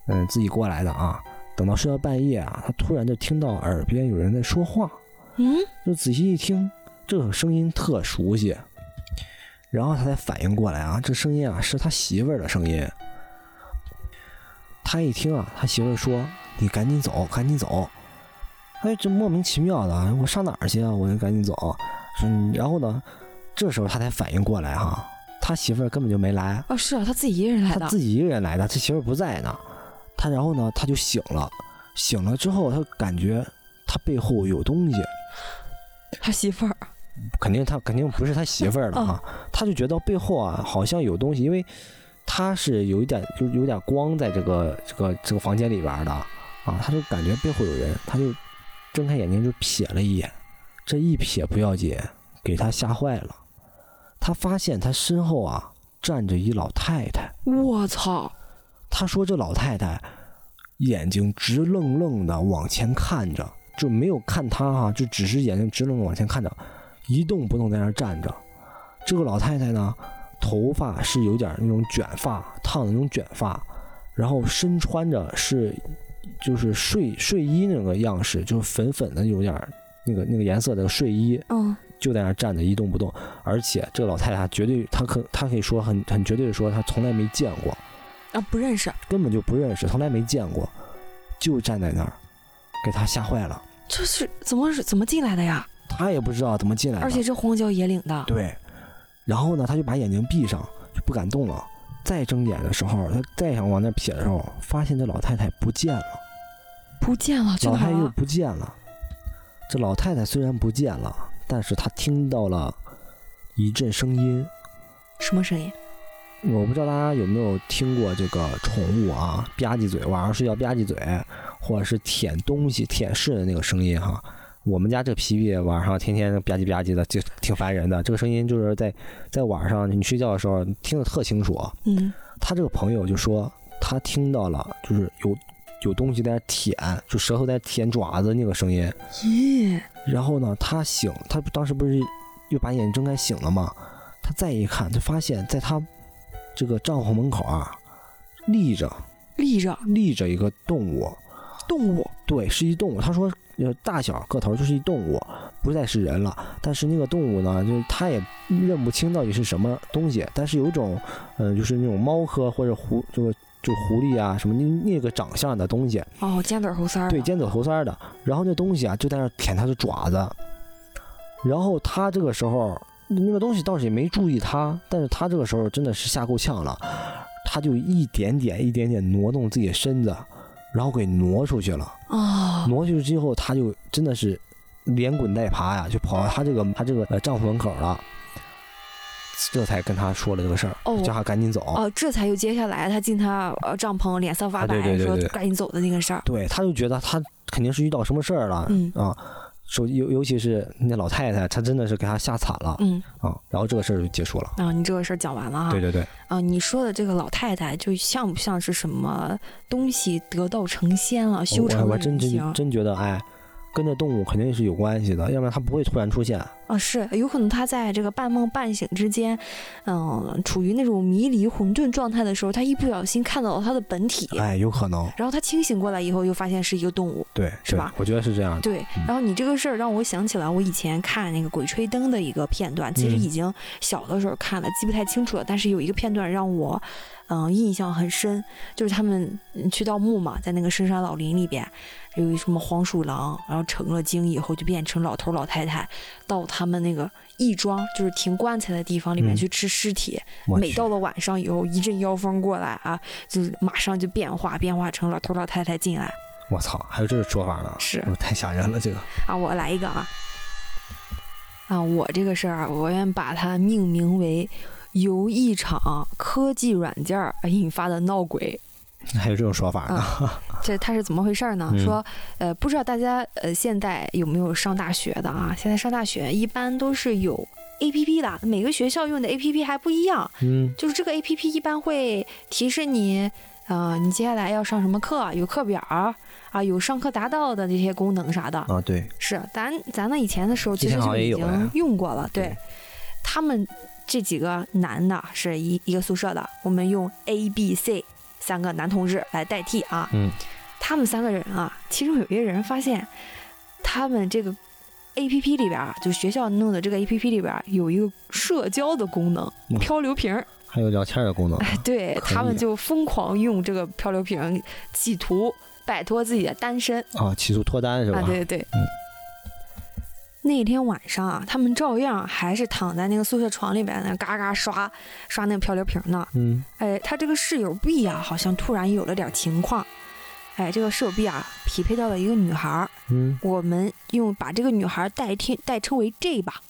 [SPEAKER 1] 嗯，自己过来的啊。等到睡到半夜啊，他突然就听到耳边有人在说话，
[SPEAKER 2] 嗯
[SPEAKER 1] 就仔细一听，这个声音特熟悉，然后他才反应过来啊，这声音啊是他媳妇儿的声音。他一听啊，他媳妇儿说：“你赶紧走，赶紧走。”哎，这莫名其妙的啊，我上哪儿去啊？我就赶紧走。嗯，然后呢，这时候他才反应过来哈、他媳妇儿根本就没来，
[SPEAKER 2] 啊是啊，他自己一个人来
[SPEAKER 1] 他
[SPEAKER 2] 的，
[SPEAKER 1] 自己一个人来的，他媳妇儿不在呢。他然后呢，他就醒了，醒了之后，他感觉他背后有东西，
[SPEAKER 2] 他媳妇儿
[SPEAKER 1] 肯定他肯定不是他媳妇儿了啊，他就觉得背后啊好像有东西，因为他是有一点就有点光在这个这个这个房间里边儿的啊，他就感觉背后有人，他就睁开眼睛就瞥了一眼，这一瞥不要紧，给他吓坏了，他发现他身后啊站着一老太太，
[SPEAKER 2] 我操，
[SPEAKER 1] 他说这老太太眼睛直愣愣的往前看着，就没有看他哈、就只是眼睛直愣愣往前看着，一动不动在那儿站着。这个老太太呢，头发是有点那种卷发，烫的那种卷发，然后身穿着是就是睡睡衣那个样式，就是粉粉的有点儿那个那个颜色的睡衣，
[SPEAKER 2] 嗯
[SPEAKER 1] 就在那儿站着一动不动，而且这个老太太绝对，她可她可以说很很绝对的说，她从来没见过。
[SPEAKER 2] 啊不认识，
[SPEAKER 1] 根本就不认识，从来没见过，就站在那儿，给他吓坏了。
[SPEAKER 2] 这是怎么是怎么进来的呀？
[SPEAKER 1] 他也不知道怎么进来的，
[SPEAKER 2] 而且这荒郊野岭的，
[SPEAKER 1] 对，然后呢，他就把眼睛闭上，就不敢动了。再睁眼的时候，他再想往那瞥的时候，发现这老太太不见了，
[SPEAKER 2] 不见了，去
[SPEAKER 1] 老
[SPEAKER 2] 哪
[SPEAKER 1] 太
[SPEAKER 2] 儿啊
[SPEAKER 1] 太又
[SPEAKER 2] 了？
[SPEAKER 1] 不见了。这老太太虽然不见了，但是她听到了一阵声音。
[SPEAKER 2] 什么声音？
[SPEAKER 1] 我不知道大家有没有听过这个宠物啊，吧唧嘴，晚上睡觉吧唧嘴，或者是舔东西、舔舐的那个声音哈。我们家这皮皮晚上天天吧唧吧唧的，就挺烦人的。这个声音就是在在晚上你睡觉的时候你听得特清楚。
[SPEAKER 2] 嗯，
[SPEAKER 1] 他这个朋友就说他听到了，就是有有东西在那舔，就舌头在舔爪子那个声音。
[SPEAKER 2] 咦，
[SPEAKER 1] 然后呢，他醒，他当时不是又把眼睛睁开醒了吗？他再一看，就发现在他这个帐篷门口啊，立着
[SPEAKER 2] 立着
[SPEAKER 1] 立着一个动物，
[SPEAKER 2] 动物，
[SPEAKER 1] 对，是一动物。他说，呃，大小个头就是一动物，不再是人了。但是那个动物呢，就是他也认不清到底是什么东西，但是有一种，嗯、就是那种猫科或者狐，就是就狐狸啊什么那那个长相的东西，
[SPEAKER 2] 哦，尖嘴猴腮儿的，
[SPEAKER 1] 对，尖嘴猴腮儿的。然后那东西啊，就在那儿舔它的爪子。然后他这个时候，那个东西倒是也没注意他，但是他这个时候真的是吓够呛了，他就一点点、一点点挪动自己的身子，然后给挪出去了。
[SPEAKER 2] 啊，
[SPEAKER 1] 挪出去之后，他就真的是连滚带爬呀，就跑到他这个他这个呃帐篷门口了，这才跟他说了这个事儿，
[SPEAKER 2] 哦
[SPEAKER 1] 叫他赶紧走。
[SPEAKER 2] 哦，这才又接下来他进他呃帐篷，脸色发
[SPEAKER 1] 啊
[SPEAKER 2] 白，
[SPEAKER 1] 对对对对
[SPEAKER 2] 说赶紧走的那个事儿。
[SPEAKER 1] 对，他就觉得他肯定是遇到什么事儿了，
[SPEAKER 2] 嗯
[SPEAKER 1] 啊，说尤尤其是那老太太，她真的是给他吓惨了、
[SPEAKER 2] 嗯，
[SPEAKER 1] 啊，然后这个事儿就结束了。
[SPEAKER 2] 啊，你这个事儿讲完了哈。
[SPEAKER 1] 对对对，
[SPEAKER 2] 啊，你说的这个老太太，就像不像是什么东西得道成仙了，修
[SPEAKER 1] 哦我
[SPEAKER 2] 成
[SPEAKER 1] 我
[SPEAKER 2] 了
[SPEAKER 1] 真
[SPEAKER 2] 人
[SPEAKER 1] 真
[SPEAKER 2] 形
[SPEAKER 1] 真觉得，哎，跟这动物肯定是有关系的，要不然它不会突然出现。
[SPEAKER 2] 啊？是，有可能她在这个半梦半醒之间，嗯，处于那种迷离混沌状态的时候，她一不小心看到了她的本体，
[SPEAKER 1] 哎，有可能，
[SPEAKER 2] 然后她清醒过来以后，又发现是一个动物。
[SPEAKER 1] 对，
[SPEAKER 2] 是
[SPEAKER 1] 对
[SPEAKER 2] 吧？
[SPEAKER 1] 我觉得是这样的。
[SPEAKER 2] 对，然后你这个事儿让我想起来，我以前看那个《鬼吹灯》的一个片段，其实
[SPEAKER 1] 嗯
[SPEAKER 2] 已经小的时候看了，记不太清楚了。但是有一个片段让我，嗯、印象很深，就是他们嗯去盗墓嘛，在那个深山老林里边，有一什么黄鼠狼，然后成了精以后就变成老头老太太，到他们那个义庄，就是停棺材的地方里面
[SPEAKER 1] 嗯
[SPEAKER 2] 去吃尸体，
[SPEAKER 1] 我
[SPEAKER 2] 每
[SPEAKER 1] 去
[SPEAKER 2] 到了晚上以后，一阵妖风过来啊，就是马上就变化，变化成老头老太太进来。
[SPEAKER 1] 我操，还有这种说法呢？
[SPEAKER 2] 是
[SPEAKER 1] 我太吓人了，这个。
[SPEAKER 2] 啊，我来一个啊。啊，我这个事儿啊，我愿把它命名为由一场科技软件儿哎引发的闹鬼。
[SPEAKER 1] 还有这种说法呢？
[SPEAKER 2] 这它是怎么回事儿呢？
[SPEAKER 1] 嗯
[SPEAKER 2] 说，呃，不知道大家呃现在有没有上大学的啊？现在上大学一般都是有 A P P 的，每个学校用的 A P P 还不一样。
[SPEAKER 1] 嗯，
[SPEAKER 2] 就是这个 A P P 一般会提示你，呃，你接下来要上什么课，有课表儿啊，有上课答到的这些功能啥的。
[SPEAKER 1] 啊，对，
[SPEAKER 2] 是，咱咱们以前的时候其
[SPEAKER 1] 以
[SPEAKER 2] 实
[SPEAKER 1] 前好
[SPEAKER 2] 就
[SPEAKER 1] 像也
[SPEAKER 2] 已
[SPEAKER 1] 有了
[SPEAKER 2] 经
[SPEAKER 1] 呀
[SPEAKER 2] 用过了。对
[SPEAKER 1] 对
[SPEAKER 2] 他们这几个男的是一一个宿舍的，我们用 A、B、C 三个男同志来代替啊。
[SPEAKER 1] 嗯，
[SPEAKER 2] 他们三个人啊，其中有一个人发现，他们这个 A P P 里边啊，就学校弄的这个 A P P 里边儿有一个社交的功能，
[SPEAKER 1] 嗯
[SPEAKER 2] 漂流瓶儿。
[SPEAKER 1] 还有聊天的功能，
[SPEAKER 2] 哎，对
[SPEAKER 1] 可
[SPEAKER 2] 他们
[SPEAKER 1] 以啊
[SPEAKER 2] 就疯狂用这个漂流瓶儿，企图摆脱自己的单身。
[SPEAKER 1] 啊，起诉脱单是吧？
[SPEAKER 2] 啊，对对对。
[SPEAKER 1] 嗯
[SPEAKER 2] 那天晚上啊，他们照样还是躺在那个宿舍床里边，那嘎嘎刷刷那个漂流瓶呢。
[SPEAKER 1] 嗯，
[SPEAKER 2] 哎，他这个室友 B 啊，好像突然有了点情况。哎，这个室友 B 啊，匹配到了一个女孩儿，
[SPEAKER 1] 嗯
[SPEAKER 2] 我们用把这个女孩代替代称为 J 吧。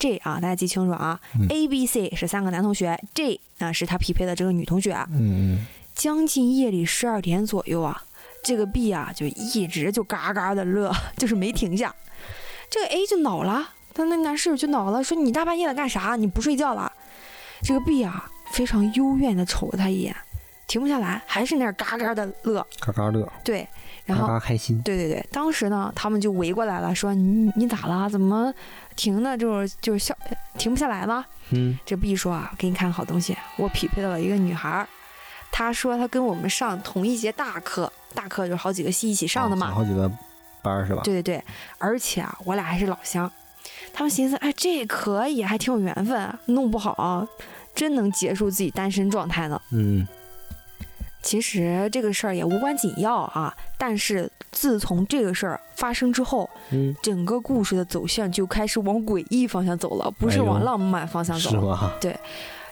[SPEAKER 2] J 啊，大家记清楚啊、
[SPEAKER 1] 嗯
[SPEAKER 2] a B、C 是三个男同学，J 啊是他匹配的这个女同学。啊
[SPEAKER 1] 嗯嗯，
[SPEAKER 2] 将近夜里十二点左右啊，这个 B 啊就一直就嘎嘎的乐，就是没停下。这个 A 就恼了，他那男室友就恼了，说你大半夜的干啥？你不睡觉了？这个 B 啊非常幽怨的瞅了他一眼，停不下来，还是那儿嘎嘎的乐。
[SPEAKER 1] 嘎嘎乐，
[SPEAKER 2] 对，然
[SPEAKER 1] 嘎
[SPEAKER 2] 后
[SPEAKER 1] 嘎开心，
[SPEAKER 2] 对对对，当时呢他们就围过来了，说你你咋了？怎么停的就是就是笑停不下来了？
[SPEAKER 1] 嗯，
[SPEAKER 2] 这 B 说啊，给你看好东西，我匹配到了一个女孩儿，她说她跟我们上同一节大课，大课就是好几个系一起上的
[SPEAKER 1] 啊
[SPEAKER 2] 嘛。
[SPEAKER 1] 好几个班儿是吧？
[SPEAKER 2] 对对对，而且啊，我俩还是老乡。他们寻思，哎，这可以，还挺有缘分，弄不好啊、真能结束自己单身状态呢。
[SPEAKER 1] 嗯，
[SPEAKER 2] 其实这个事儿也无关紧要啊，但是自从这个事儿发生之后，
[SPEAKER 1] 嗯
[SPEAKER 2] 整个故事的走向就开始往诡异方向走了，不是
[SPEAKER 1] 哎呦
[SPEAKER 2] 往浪漫方向
[SPEAKER 1] 嗯，
[SPEAKER 2] 走
[SPEAKER 1] 是
[SPEAKER 2] 了。
[SPEAKER 1] 吧？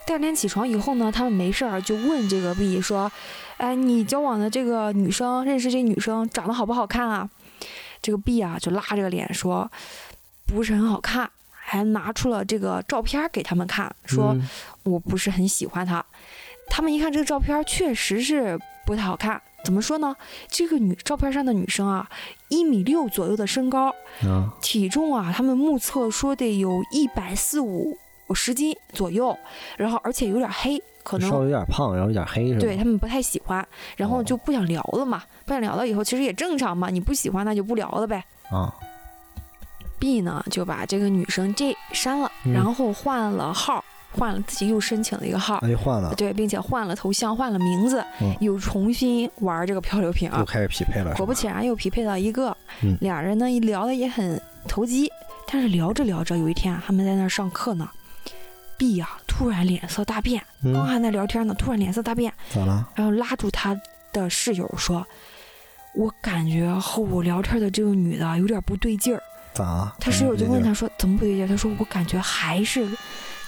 [SPEAKER 2] 第二天起床以后呢，他们没事儿就问这个 B 说：“哎，你交往的这个女生，认识这女生长得好不好看啊？”这个 B 啊就拉着个脸说：“不是很好看。”还拿出了这个照片儿给他们看，说
[SPEAKER 1] 嗯
[SPEAKER 2] 我不是很喜欢她。他们一看这个照片儿，确实是不太好看。怎么说呢？这个女照片上的女生啊，一米六左右的身高，
[SPEAKER 1] 啊，
[SPEAKER 2] 体重啊，他们目测说得有一百四五十斤左右，然后而且有点黑，可
[SPEAKER 1] 稍
[SPEAKER 2] 能
[SPEAKER 1] 微有点胖，然后有点黑是吧？哦
[SPEAKER 2] 对他们不太喜欢，然后就不想聊了嘛，不想聊了以后其实也正常嘛，你不喜欢那就不聊了呗。
[SPEAKER 1] 啊，
[SPEAKER 2] B 呢就把这个女生 J 删了，
[SPEAKER 1] 嗯
[SPEAKER 2] 然后换了号，换了自己又申请了一个号，
[SPEAKER 1] 那就换了，
[SPEAKER 2] 对，并且换了头像，换了名字，
[SPEAKER 1] 哎嗯
[SPEAKER 2] 又重新玩这个漂流瓶啊
[SPEAKER 1] 又。开始匹配了，
[SPEAKER 2] 果不
[SPEAKER 1] 是吧
[SPEAKER 2] 其然又匹配到一个，
[SPEAKER 1] 嗯
[SPEAKER 2] 俩人呢一聊的也很投机，但是聊着聊着，有一天啊，他们在那儿上课呢，B 啊突然脸色大变，刚
[SPEAKER 1] 嗯，
[SPEAKER 2] 还在聊天呢，突然脸色大变，
[SPEAKER 1] 咋了？
[SPEAKER 2] 然后拉住他的室友说：“我感觉和我聊天的这个女的有点不对劲儿。”
[SPEAKER 1] 咋哎了？
[SPEAKER 2] 他室友就问
[SPEAKER 1] 他，
[SPEAKER 2] 他说：“怎么不对劲儿？”他说：“我感觉还是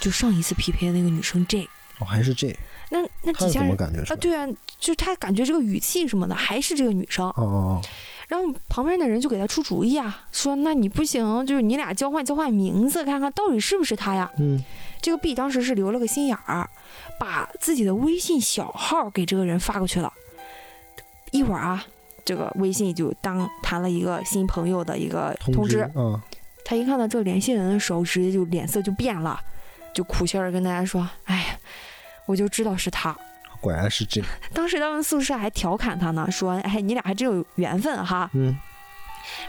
[SPEAKER 2] 就上一次匹配的那个女生 J。
[SPEAKER 1] 我还是这，”
[SPEAKER 2] 那那
[SPEAKER 1] 他是
[SPEAKER 2] 底下
[SPEAKER 1] 怎
[SPEAKER 2] 人
[SPEAKER 1] 么感觉出来？
[SPEAKER 2] 啊，对啊，就是他感觉这个语气什么的还是这个女生。
[SPEAKER 1] 哦哦，
[SPEAKER 2] 然后旁边的人就给他出主意啊，说那你不行，就是你俩交换交换名字，看看到底是不是他呀。
[SPEAKER 1] 嗯，
[SPEAKER 2] 这个 B 当时是留了个心眼儿，把自己的微信小号给这个人发过去了。一会儿啊，这个微信就当谈了一个新朋友的一个通知。
[SPEAKER 1] 嗯，
[SPEAKER 2] 他一看到这个联系人的时候，直接就脸色就变了，就苦笑着跟大家说：“哎呀，我就知道是他。”
[SPEAKER 1] 果然是这，
[SPEAKER 2] 当时他们宿舍还调侃他呢，说：“哎，你俩还真有缘分哈。”
[SPEAKER 1] 嗯，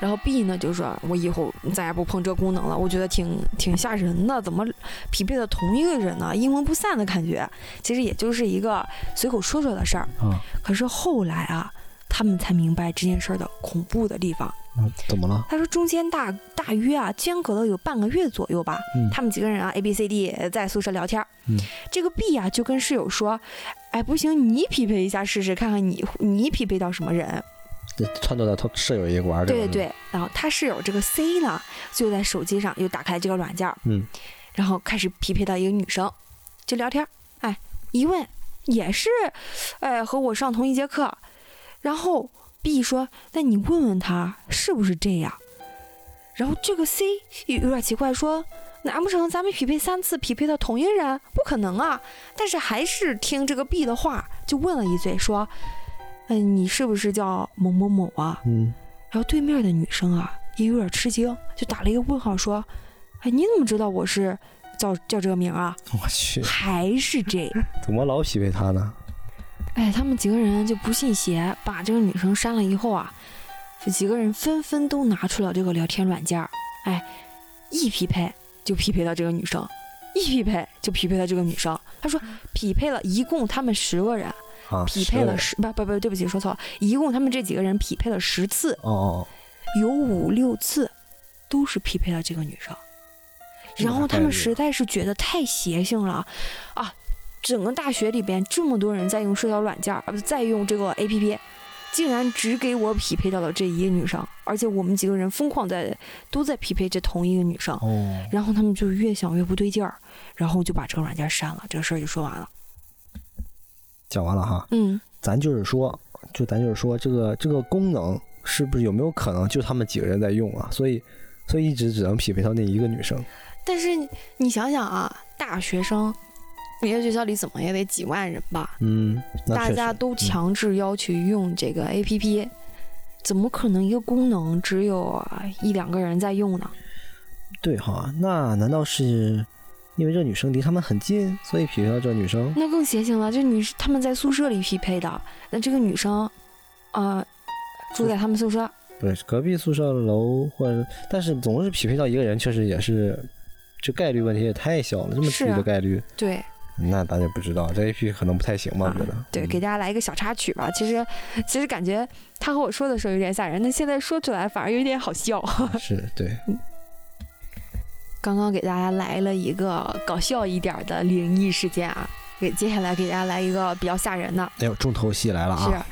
[SPEAKER 2] 然后 B 呢就说，我以后再也不碰这功能了，我觉得挺挺吓人的，怎么匹配的同一个人呢？阴魂不散的感觉，其实也就是一个随口说说的事儿。
[SPEAKER 1] 啊，
[SPEAKER 2] 可是后来啊，他们才明白这件事儿的恐怖的地方。
[SPEAKER 1] 那嗯怎么了？
[SPEAKER 2] 他说中间大大约啊间隔了有半个月左右吧，
[SPEAKER 1] 嗯
[SPEAKER 2] 他们几个人啊 A B C D 在宿舍聊天儿，
[SPEAKER 1] 嗯
[SPEAKER 2] 这个 B 啊就跟室友说，哎不行，你匹配一下试试，看看你你匹配到什么人。
[SPEAKER 1] 这撺掇到他舍友一块儿，
[SPEAKER 2] 对对，对，然后他室友这个 C 呢，就在手机上又打开这个软件儿，
[SPEAKER 1] 嗯，
[SPEAKER 2] 然后开始匹配到一个女生，就聊天儿，哎，一问也是，哎，和我上同一节课，然后 B 说，那你问问他是不是这样，然后这个 C 有有点奇怪说。难不成咱们匹配三次，匹配到同一人？不可能啊！但是还是听这个 B 的话，就问了一嘴，说：“嗯、你是不是叫某某某啊？”
[SPEAKER 1] 嗯，
[SPEAKER 2] 然后对面的女生啊也有点吃惊，就打了一个问号说：“哎，你怎么知道我是叫叫这个名儿啊？
[SPEAKER 1] 我去，
[SPEAKER 2] 还是 J？”
[SPEAKER 1] 怎么老匹配他呢？
[SPEAKER 2] 哎，他们几个人就不信邪，把这个女生删了以后啊，这几个人纷纷都拿出了这个聊天软件儿，哎，一匹配就匹配到这个女生，一匹配就匹配到这个女生。他说匹配了，一共他们十个人，
[SPEAKER 1] 啊，
[SPEAKER 2] 匹
[SPEAKER 1] 嗯十
[SPEAKER 2] 配
[SPEAKER 1] 个
[SPEAKER 2] 了
[SPEAKER 1] 人
[SPEAKER 2] 十不不不，对不起，说错了，一共他们这几个人匹配了十次，
[SPEAKER 1] 哦哦，
[SPEAKER 2] 有五六次都是匹配到这个女生。
[SPEAKER 1] 这个
[SPEAKER 2] 然
[SPEAKER 1] 还
[SPEAKER 2] 后他
[SPEAKER 1] 带
[SPEAKER 2] 们
[SPEAKER 1] 着
[SPEAKER 2] 实在是觉得太邪性了，啊，整个大学里边这么多人在用社交软件儿，啊不是在用这个 A P P，竟然只给我匹配到了这一个女生，而且我们几个人疯狂在都在匹配这同一个女生，
[SPEAKER 1] 哦，
[SPEAKER 2] 然后他们就越想越不对劲儿，然后就把这个软件删了，这个事儿就说完了。
[SPEAKER 1] 讲完了哈，
[SPEAKER 2] 嗯，
[SPEAKER 1] 咱就是说，就咱就是说，这个这个功能是不是有没有可能就他们几个人在用啊？所以，所以一直只能匹配到那一个女生。
[SPEAKER 2] 但是你你想想啊，大学生，你在学校里怎么也得几万人吧？
[SPEAKER 1] 嗯，那
[SPEAKER 2] 大
[SPEAKER 1] 确实
[SPEAKER 2] 家都强制要求用这个 APP，、怎么可能一个功能只有一两个人在用呢？
[SPEAKER 1] 对哈。那难道是因为这女生离他们很近，所以匹配到这女生？
[SPEAKER 2] 那更邪性了，这女他们在宿舍里匹配的，那这个女生，呃，住在他们宿舍，
[SPEAKER 1] 对，隔壁宿舍楼或者，但是总是匹配到一个人，确实也是，这概率问题也太小了，这么低
[SPEAKER 2] 是啊
[SPEAKER 1] 的概率，
[SPEAKER 2] 对
[SPEAKER 1] 那咱也不知道，这 A P 可能不太行吧？
[SPEAKER 2] 啊
[SPEAKER 1] 我觉得，
[SPEAKER 2] 对，
[SPEAKER 1] 嗯
[SPEAKER 2] 给大家来一个小插曲吧。其实其实感觉他和我说的时候有点吓人，但现在说出来反而有点好笑。
[SPEAKER 1] 是对，
[SPEAKER 2] 刚刚给大家来了一个搞笑一点儿的灵异事件啊，给接下来给大家来一个比较吓人的。
[SPEAKER 1] 哎呦，重头戏来了
[SPEAKER 2] 是
[SPEAKER 1] 啊！，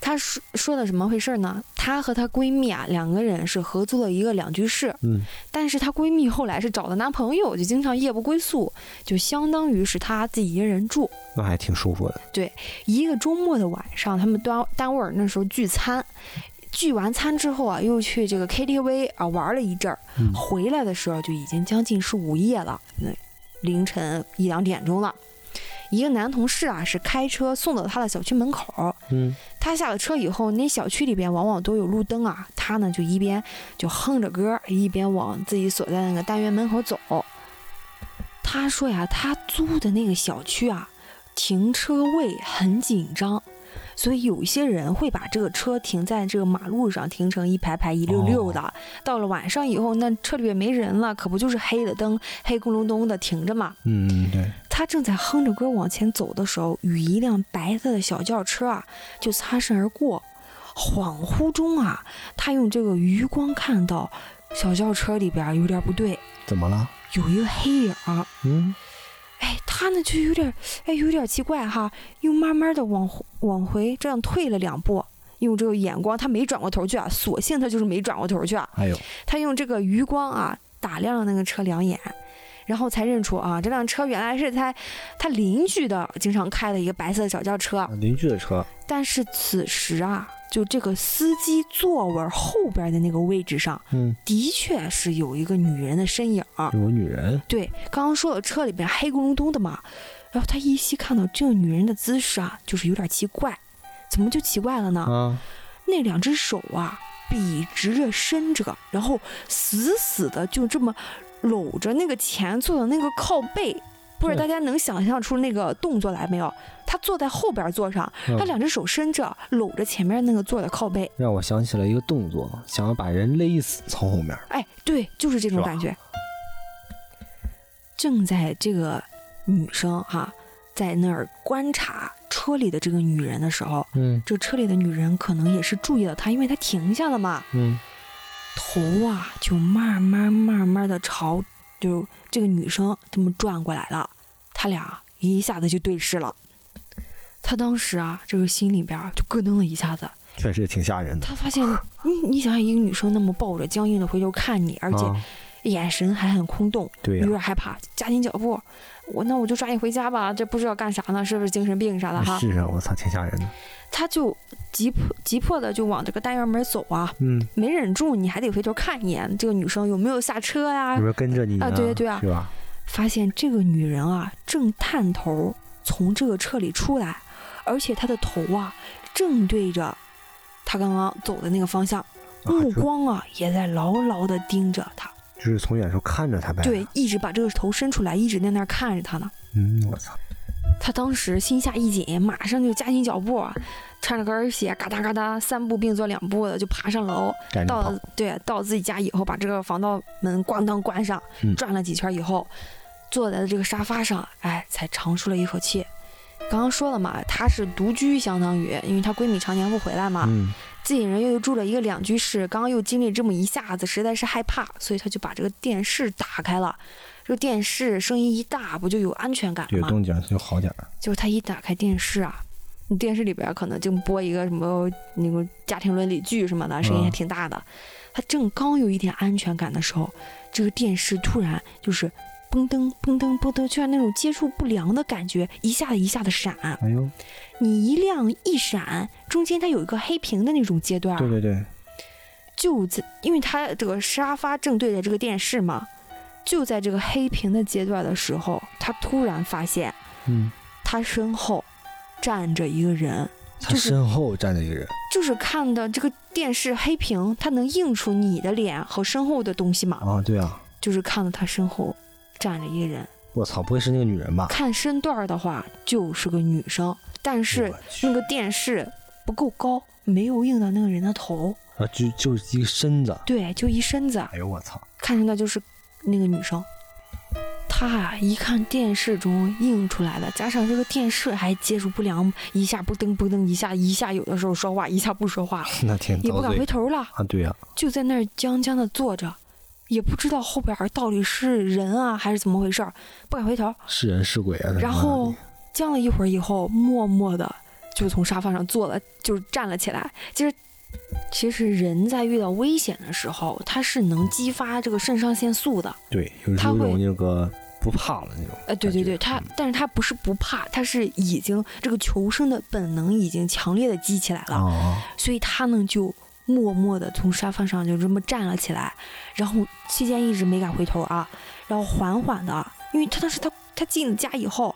[SPEAKER 2] 她说说的什么回事呢？她和她闺蜜啊，两个人是合租了一个两居室，
[SPEAKER 1] 嗯，
[SPEAKER 2] 但是她闺蜜后来是找了男朋友，就经常夜不归宿，就相当于是她自己一个人住。
[SPEAKER 1] 那还挺舒服的。
[SPEAKER 2] 一个周末的晚上，他们单单位儿那时候聚餐。聚完餐之后啊，又去这个 KTV 啊玩了一阵儿，
[SPEAKER 1] 嗯
[SPEAKER 2] 回来的时候就已经将近是午夜了，那凌晨一两点钟了。一个男同事啊是开车送到她的小区门口儿，
[SPEAKER 1] 嗯，
[SPEAKER 2] 他下了车以后，那小区里边往往都有路灯啊，他呢就一边就哼着歌，一边往自己所在那个单元门口走。他说呀，他租的那个小区啊，停车位很紧张，所以有一些人会把这个车停在这个马路上，停成一排排一溜溜的。到了晚上以后，那车里边没人了，可不就是黑的灯，黑咕隆咚的停着嘛。
[SPEAKER 1] 嗯，对，
[SPEAKER 2] 他正在哼着歌往前走的时候，与一辆白色的小轿车啊就擦身而过。恍惚中啊，他用这个余光看到小轿车里边有点不对，
[SPEAKER 1] 怎么了？
[SPEAKER 2] 有一个黑影儿。
[SPEAKER 1] 嗯，
[SPEAKER 2] 哎，他呢就有点，哎，有点奇怪哈，又慢慢的往回往回这样退了两步，用这个眼光，他没转过头去啊，索性他就是没转过头去啊，
[SPEAKER 1] 还有，
[SPEAKER 2] 他用这个余光啊打量了那个车两眼，然后才认出啊，这辆车原来是他他邻居的经常开的一个白色的小轿车。
[SPEAKER 1] 啊邻居的车，
[SPEAKER 2] 但是此时啊，就这个司机座位后边的那个位置上，
[SPEAKER 1] 嗯，
[SPEAKER 2] 的确是有一个女人的身影儿。
[SPEAKER 1] 有个女人，
[SPEAKER 2] 对，刚刚说了车里边黑咕隆咚的嘛，然后他依稀看到这个女人的姿势啊，就是有点奇怪，怎么就奇怪了呢？
[SPEAKER 1] 啊，
[SPEAKER 2] 那两只手啊笔直着伸着，然后死死的就这么搂着那个前座的那个靠背。不是
[SPEAKER 1] 嗯
[SPEAKER 2] 大家能想象出那个动作来没有？他坐在后边座上，
[SPEAKER 1] 嗯
[SPEAKER 2] 他两只手伸着，搂着前面那个座的靠背。
[SPEAKER 1] 让我想起了一个动作，想要把人勒死，从后面。
[SPEAKER 2] 哎，对，就是这种
[SPEAKER 1] 是吧
[SPEAKER 2] 感觉。正在这个女生哈、在那儿观察车里的这个女人的时候，
[SPEAKER 1] 嗯
[SPEAKER 2] 这车里的女人可能也是注意到她，因为她停下了嘛。
[SPEAKER 1] 嗯，
[SPEAKER 2] 头啊就慢慢慢慢的朝就这个女生这么转过来了，他俩一下子就对视了。他当时啊，这个心里边儿就咯噔了一下子，
[SPEAKER 1] 确实挺吓人的。
[SPEAKER 2] 他 发现你你想想，一个女生那么抱着僵硬的回头看你，而且
[SPEAKER 1] 啊、
[SPEAKER 2] 眼神还很空洞，
[SPEAKER 1] 对
[SPEAKER 2] 有
[SPEAKER 1] 呀、
[SPEAKER 2] 点害怕，加紧脚步。我那我就抓紧回家吧，这不知道干啥呢，是不是精神病啥的哈？
[SPEAKER 1] 是啊，我操，挺吓人的。
[SPEAKER 2] 他就急迫急迫的就往这个单元门走啊，
[SPEAKER 1] 嗯，
[SPEAKER 2] 没忍住，你还得回头看一眼这个女生有没有下车呀、
[SPEAKER 1] 有没有跟着你
[SPEAKER 2] 啊对对啊
[SPEAKER 1] 是吧？
[SPEAKER 2] 发现这个女人啊，正探头从这个车里出来，而且她的头啊，正对着她刚刚走的那个方向，
[SPEAKER 1] 啊
[SPEAKER 2] 目
[SPEAKER 1] 就哎
[SPEAKER 2] 光啊也在牢牢地盯着她。
[SPEAKER 1] 就是从远处看着他呗。
[SPEAKER 2] 对，，一直把这个头伸出来，一直在那儿看着她呢。
[SPEAKER 1] 嗯，我操，
[SPEAKER 2] 他当时心下一紧，马上就加紧脚步，啊穿着高跟鞋，嘎哒嘎哒，三步并作两步的就爬上楼。
[SPEAKER 1] 赶紧
[SPEAKER 2] 到
[SPEAKER 1] 跑
[SPEAKER 2] 了，对，到了自己家以后，把这个防盗门咣当关上，
[SPEAKER 1] 嗯
[SPEAKER 2] 转了几圈以后，坐在这个沙发上，哎，才长舒了一口气。刚刚说了嘛，她是独居，相当于，因为她闺蜜常年不回来嘛，
[SPEAKER 1] 嗯，
[SPEAKER 2] 自己人又住了一个两居室，刚刚又经历这么一下子，实在是害怕，所以她就把这个电视打开了。这个电视声音一大，不就有安全感
[SPEAKER 1] 有
[SPEAKER 2] 吗？
[SPEAKER 1] 动静就好点儿。
[SPEAKER 2] 就是他一打开电视啊，电视里边可能就播一个什么那个家庭伦理剧什么的，声音还挺大的。他正刚有一点安全感的时候，这个电视突然就是嘣噔嘣噔嘣噔，就是那种接触不良的感觉，一下子一下子闪。
[SPEAKER 1] 哎呦，
[SPEAKER 2] 你一亮一闪，中间它有一个黑屏的那种阶段，
[SPEAKER 1] 对对对，
[SPEAKER 2] 就在因为它这个沙发正对着这个电视嘛，就在这个黑屏的阶段的时候，他突然发现
[SPEAKER 1] 嗯，
[SPEAKER 2] 他身后站着一个人，
[SPEAKER 1] 他
[SPEAKER 2] 就是
[SPEAKER 1] 身后站着一个人。
[SPEAKER 2] 就是看的这个电视黑屏，它能映出你的脸和身后的东西嘛？
[SPEAKER 1] 啊，对啊，
[SPEAKER 2] 就是看到他身后站着一个人，
[SPEAKER 1] 我操，不会是那个女人吧？
[SPEAKER 2] 看身段儿的话就是个女生，但是
[SPEAKER 1] 我去
[SPEAKER 2] 那个电视不够高，没有映到那个人的头，
[SPEAKER 1] 啊，就就是一个身子。
[SPEAKER 2] 对，就一身子，
[SPEAKER 1] 哎呦，我操！
[SPEAKER 2] 看上的就是那个女生。他啊，一看电视中映出来的，加上这个电视还接触不良，一下不噔不噔，一下一下有的时候说话，一下不说话，
[SPEAKER 1] 那挺
[SPEAKER 2] 也不
[SPEAKER 1] 遭
[SPEAKER 2] 敢
[SPEAKER 1] 罪
[SPEAKER 2] 回头了。
[SPEAKER 1] 啊，对呀、
[SPEAKER 2] 就在那儿僵僵的坐着，也不知道后边儿到底是人啊还是怎么回事儿，不敢回头。
[SPEAKER 1] 是人是鬼啊。他
[SPEAKER 2] 然
[SPEAKER 1] 妈
[SPEAKER 2] 后
[SPEAKER 1] 的
[SPEAKER 2] 僵了一会儿以后，默默的就从沙发上坐了，就是站了起来。其实，其实人在遇到危险的时候，他是能激发这个肾上腺素的。
[SPEAKER 1] 对，有
[SPEAKER 2] 他
[SPEAKER 1] 有
[SPEAKER 2] 会
[SPEAKER 1] 种那个不怕了那种。
[SPEAKER 2] 呃，对
[SPEAKER 1] 感
[SPEAKER 2] 对
[SPEAKER 1] 觉
[SPEAKER 2] 对，他
[SPEAKER 1] 嗯，
[SPEAKER 2] 但是他不是不怕，他是已经这个求生的本能已经强烈的激起来了。
[SPEAKER 1] 啊，
[SPEAKER 2] 所以他呢就默默地从沙发上就这么站了起来，然后期间一直没敢回头啊，然后缓缓的，因为他当时他他进了家以后，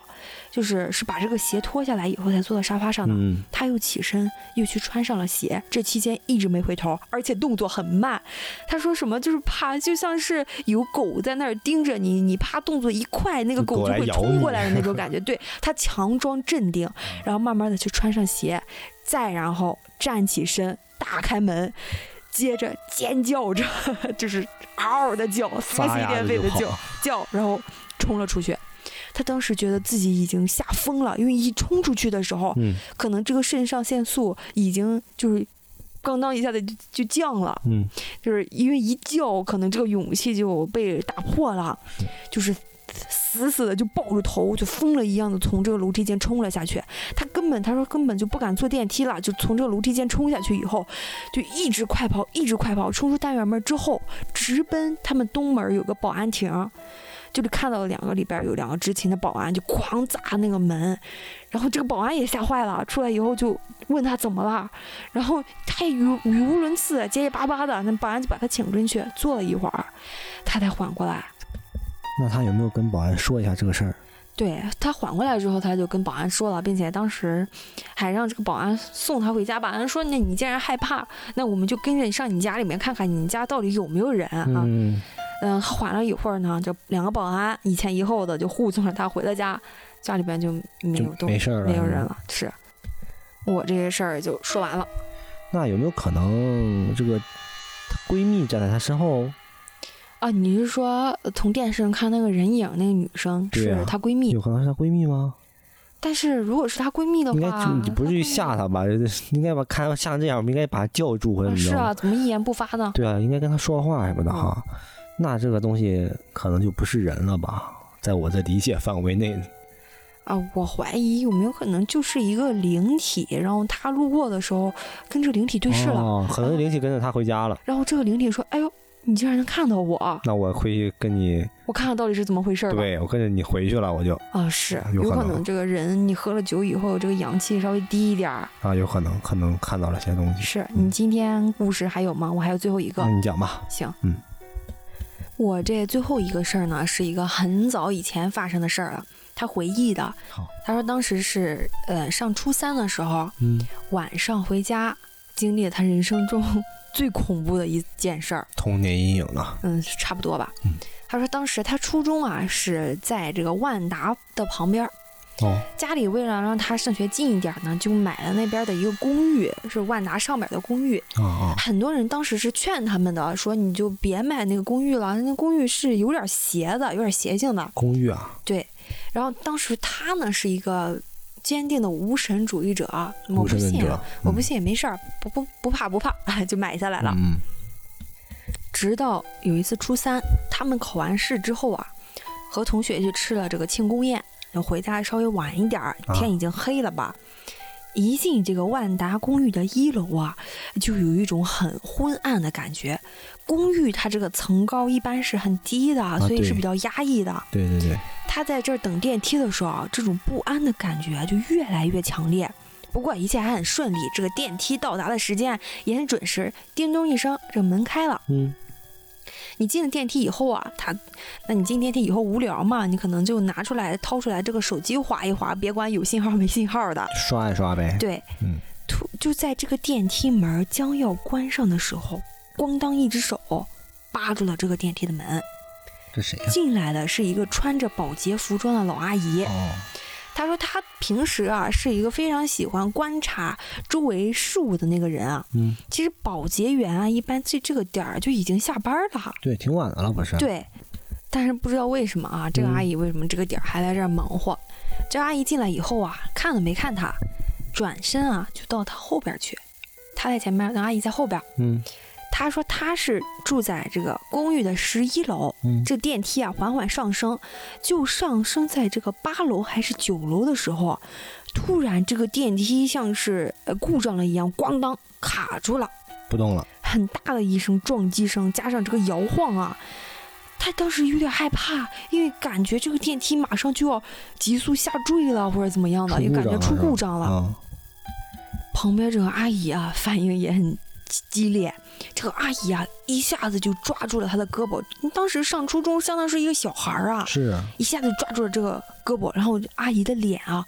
[SPEAKER 2] 就是是把这个鞋脱下来以后才坐到沙发上的。
[SPEAKER 1] 嗯，
[SPEAKER 2] 他又起身，又去穿上了鞋。这期间一直没回头，而且动作很慢。他说什么就是怕，就像是有狗在那儿盯着你，你怕动作一快，那个
[SPEAKER 1] 狗
[SPEAKER 2] 狗就
[SPEAKER 1] 来
[SPEAKER 2] 会
[SPEAKER 1] 咬
[SPEAKER 2] 冲
[SPEAKER 1] 你
[SPEAKER 2] 过来的那种感觉。对他强装镇定，然后慢慢的去穿上鞋，再然后站起身，打开门。接着尖叫着，就是嗷嗷的叫，撕
[SPEAKER 1] 撒
[SPEAKER 2] 心
[SPEAKER 1] 丫
[SPEAKER 2] 裂
[SPEAKER 1] 子
[SPEAKER 2] 肺的
[SPEAKER 1] 就
[SPEAKER 2] 叫
[SPEAKER 1] 跑。
[SPEAKER 2] 叫，然后冲了出去。他当时觉得自己已经吓疯了，因为一冲出去的时候，
[SPEAKER 1] 嗯
[SPEAKER 2] 可能这个肾上腺素已经就是咣当一下子就就降了，
[SPEAKER 1] 嗯，
[SPEAKER 2] 就是因为一叫，可能这个勇气就被打破了，就是死死的就抱住头，就疯了一样的从这个楼梯间冲了下去。他根本他说根本就不敢坐电梯了，就从这个楼梯间冲下去以后，就一直快跑，一直快跑，冲出单元门之后，直奔他们东门有个保安亭。就是看到两个里边有两个执勤的保安，就狂砸那个门，然后这个保安也吓坏了，出来以后就问他怎么了，然后他也语语无伦次，结结巴巴的，那保安就把他请进去坐了一会儿，他才缓过来。
[SPEAKER 1] 那他有没有跟保安说一下这个事儿？
[SPEAKER 2] 对他缓过来之后，他就跟保安说了，并且当时还让这个保安送他回家。保安说：“那你既然害怕，那我们就跟着你上你家里面看看你家到底有没有人啊。
[SPEAKER 1] 嗯，
[SPEAKER 2] 嗯，缓了一会儿呢，这两个保安一前一后的就护送着他回了家，家里边就没有
[SPEAKER 1] 嗯就
[SPEAKER 2] 动，
[SPEAKER 1] 没事儿了，
[SPEAKER 2] 没有人。了。是我这些事儿就说完了。
[SPEAKER 1] 那有没有可能这个她闺蜜站在她身后？
[SPEAKER 2] 啊，你是说呃从电视上看那个人影，那个女生
[SPEAKER 1] 对
[SPEAKER 2] 是
[SPEAKER 1] 啊
[SPEAKER 2] 她闺蜜？
[SPEAKER 1] 有可能是她闺蜜吗？
[SPEAKER 2] 但是如果是她闺蜜的
[SPEAKER 1] 应该
[SPEAKER 2] 话
[SPEAKER 1] 就，你不
[SPEAKER 2] 她
[SPEAKER 1] 至于
[SPEAKER 2] 闺
[SPEAKER 1] 吓她吧？ 应该把看她吓成这样，我们应该把她叫住或
[SPEAKER 2] 蜜
[SPEAKER 1] 者怎么
[SPEAKER 2] 啊是
[SPEAKER 1] 着？
[SPEAKER 2] 啊，怎么一言不发呢？
[SPEAKER 1] 对啊，应该跟她说话什么的哈。
[SPEAKER 2] 嗯
[SPEAKER 1] 那这个东西可能就不是人了吧？在我的理解范围内，
[SPEAKER 2] 啊，我怀疑有没有可能就是一个灵体，然后她路过的时候跟这个灵体对视了，
[SPEAKER 1] 哦，可能灵体跟着她回家了。
[SPEAKER 2] 然后这个灵体说：“哎呦，你竟然能看到我，
[SPEAKER 1] 那我回去跟你，
[SPEAKER 2] 我看看到底是怎么回事儿吧。
[SPEAKER 1] 对我跟着你回去了，我就”
[SPEAKER 2] 啊，是
[SPEAKER 1] 有
[SPEAKER 2] 有
[SPEAKER 1] 可
[SPEAKER 2] 可
[SPEAKER 1] 能
[SPEAKER 2] 能这个人你喝了酒以后，这个阳气稍微低一点儿。
[SPEAKER 1] 啊，有可能可能看到了些东西。
[SPEAKER 2] 是你今天故事还有吗？我还有最后一个
[SPEAKER 1] 那。你讲吧，
[SPEAKER 2] 行，
[SPEAKER 1] 嗯，
[SPEAKER 2] 我这最后一个事儿呢，是一个很早以前发生的事儿了。他回忆的
[SPEAKER 1] 好，
[SPEAKER 2] 他说当时是呃上初三的时候，
[SPEAKER 1] 嗯，
[SPEAKER 2] 晚上回家，经历了他人生中最恐怖的一件事儿，
[SPEAKER 1] 童年阴影了，
[SPEAKER 2] 嗯，差不多吧。
[SPEAKER 1] 嗯
[SPEAKER 2] 他说当时他初中啊是在这个万达的旁边儿，
[SPEAKER 1] 哦，
[SPEAKER 2] 家里为了让他上学近一点呢，就买了那边的一个公寓，是万达上边的公寓。
[SPEAKER 1] 啊啊，
[SPEAKER 2] 很多人当时是劝他们的，说你就别买那个公寓了，那公寓是有点邪的，有点邪性的。
[SPEAKER 1] 公寓啊，
[SPEAKER 2] 对，然后当时他呢是一个坚定的无神主义者，我
[SPEAKER 1] 无
[SPEAKER 2] 不
[SPEAKER 1] 神论
[SPEAKER 2] 信
[SPEAKER 1] 者嗯
[SPEAKER 2] 啊，，我不信也没事儿，不不不怕不怕， 就买下来了。
[SPEAKER 1] 嗯，
[SPEAKER 2] 直到有一次初三，他们考完试之后啊，和同学去吃了这个庆功宴，回家稍微晚一点儿，
[SPEAKER 1] 啊
[SPEAKER 2] 天已经黑了吧。一进这个万达公寓的一楼啊，就有一种很昏暗的感觉。公寓它这个层高一般是很低的，所以
[SPEAKER 1] 啊对
[SPEAKER 2] 是比较压抑的。
[SPEAKER 1] 对对对，
[SPEAKER 2] 他在这儿等电梯的时候啊，这种不安的感觉啊就越来越强烈。不过一切还很顺利，这个电梯到达的时间啊也很准时，叮咚一声，这门开了。
[SPEAKER 1] 嗯，
[SPEAKER 2] 你进了电梯以后啊，他，那你进电梯以后无聊嘛，你可能就拿出来掏出来这个手机划一划，别管有信号没信号的。
[SPEAKER 1] 刷一刷呗，
[SPEAKER 2] 对，
[SPEAKER 1] 嗯
[SPEAKER 2] 突就在这个电梯门将要关上的时候，咣当一只手扒住了这个电梯的
[SPEAKER 1] 嗯
[SPEAKER 2] 门，
[SPEAKER 1] 这谁呀？
[SPEAKER 2] 进来的是一个穿着保洁服装的老阿姨。
[SPEAKER 1] 哦，
[SPEAKER 2] 她说她平时啊是一个非常喜欢观察周围事物的那个人啊。
[SPEAKER 1] 嗯，
[SPEAKER 2] 其实保洁员啊，一般这这个点儿就已经下班了。
[SPEAKER 1] 对，挺晚的了，不是？，
[SPEAKER 2] 对，但是不知道为什么啊，这个阿
[SPEAKER 1] 嗯
[SPEAKER 2] 姨为什么这个点儿还来这儿忙活？这阿姨进来以后啊，看都没看她，转身啊就到她后边儿去。她在前面，那阿姨在后边儿。
[SPEAKER 1] 嗯
[SPEAKER 2] 她说她是住在这个公寓的十一楼，
[SPEAKER 1] 嗯，
[SPEAKER 2] 这电梯啊缓缓上升，就上升在这个八楼还是九楼的时候，突然这个电梯像是呃故障了一样，咣当卡住了。
[SPEAKER 1] 不动了，
[SPEAKER 2] 很大的一声撞击声，加上这个摇晃啊，他当时有点害怕，因为感觉这个电梯马上就要急速下坠了，或者怎么样的，
[SPEAKER 1] 出
[SPEAKER 2] 又
[SPEAKER 1] 故
[SPEAKER 2] 感觉
[SPEAKER 1] 障
[SPEAKER 2] 出
[SPEAKER 1] 了
[SPEAKER 2] 故
[SPEAKER 1] 是
[SPEAKER 2] 障了。
[SPEAKER 1] 啊，
[SPEAKER 2] 旁边这个阿姨啊，反应也很激激烈，这个阿姨啊，一下子就抓住了他的胳膊。当时上初中，相当是一个小孩儿啊，
[SPEAKER 1] 是啊，
[SPEAKER 2] 一下子抓住了这个胳膊，然后阿姨的脸啊，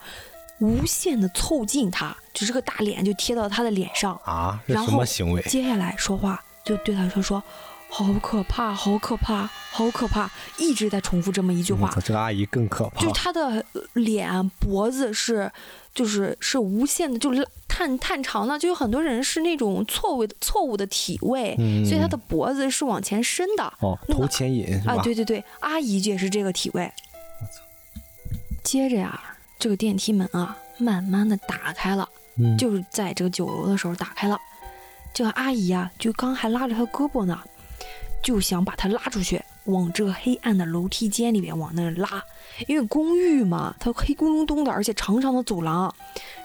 [SPEAKER 2] 无限的凑近他，就这个大脸就贴到他的脸上。
[SPEAKER 1] 啊，
[SPEAKER 2] 然后
[SPEAKER 1] 行为？
[SPEAKER 2] 接下来说话就对他说说，好可怕，好可怕，好可怕，一直在重复这么一句
[SPEAKER 1] 我
[SPEAKER 2] 话
[SPEAKER 1] 操，，嗯这个阿姨更可怕
[SPEAKER 2] 就是，他的呃脸、脖子是，就是是无限的，就是探探长的，就有很多人是那种错位错误的体位，
[SPEAKER 1] 嗯，
[SPEAKER 2] 所以他的脖子是往前伸的
[SPEAKER 1] 哦
[SPEAKER 2] 那
[SPEAKER 1] 头
[SPEAKER 2] 个
[SPEAKER 1] 前引是吧
[SPEAKER 2] 啊，？对对对，阿姨就也是这个体位。
[SPEAKER 1] 我操，
[SPEAKER 2] 接着呀、这个电梯门啊，慢慢的打开了。
[SPEAKER 1] 嗯，
[SPEAKER 2] 就是在这个九楼的时候打开了。这个阿姨啊，就刚还拉着她胳膊呢，就想把她拉出去，往这个黑暗的楼梯间里面往那儿拉，因为公寓嘛，它黑咕隆咚的，而且长长的走廊，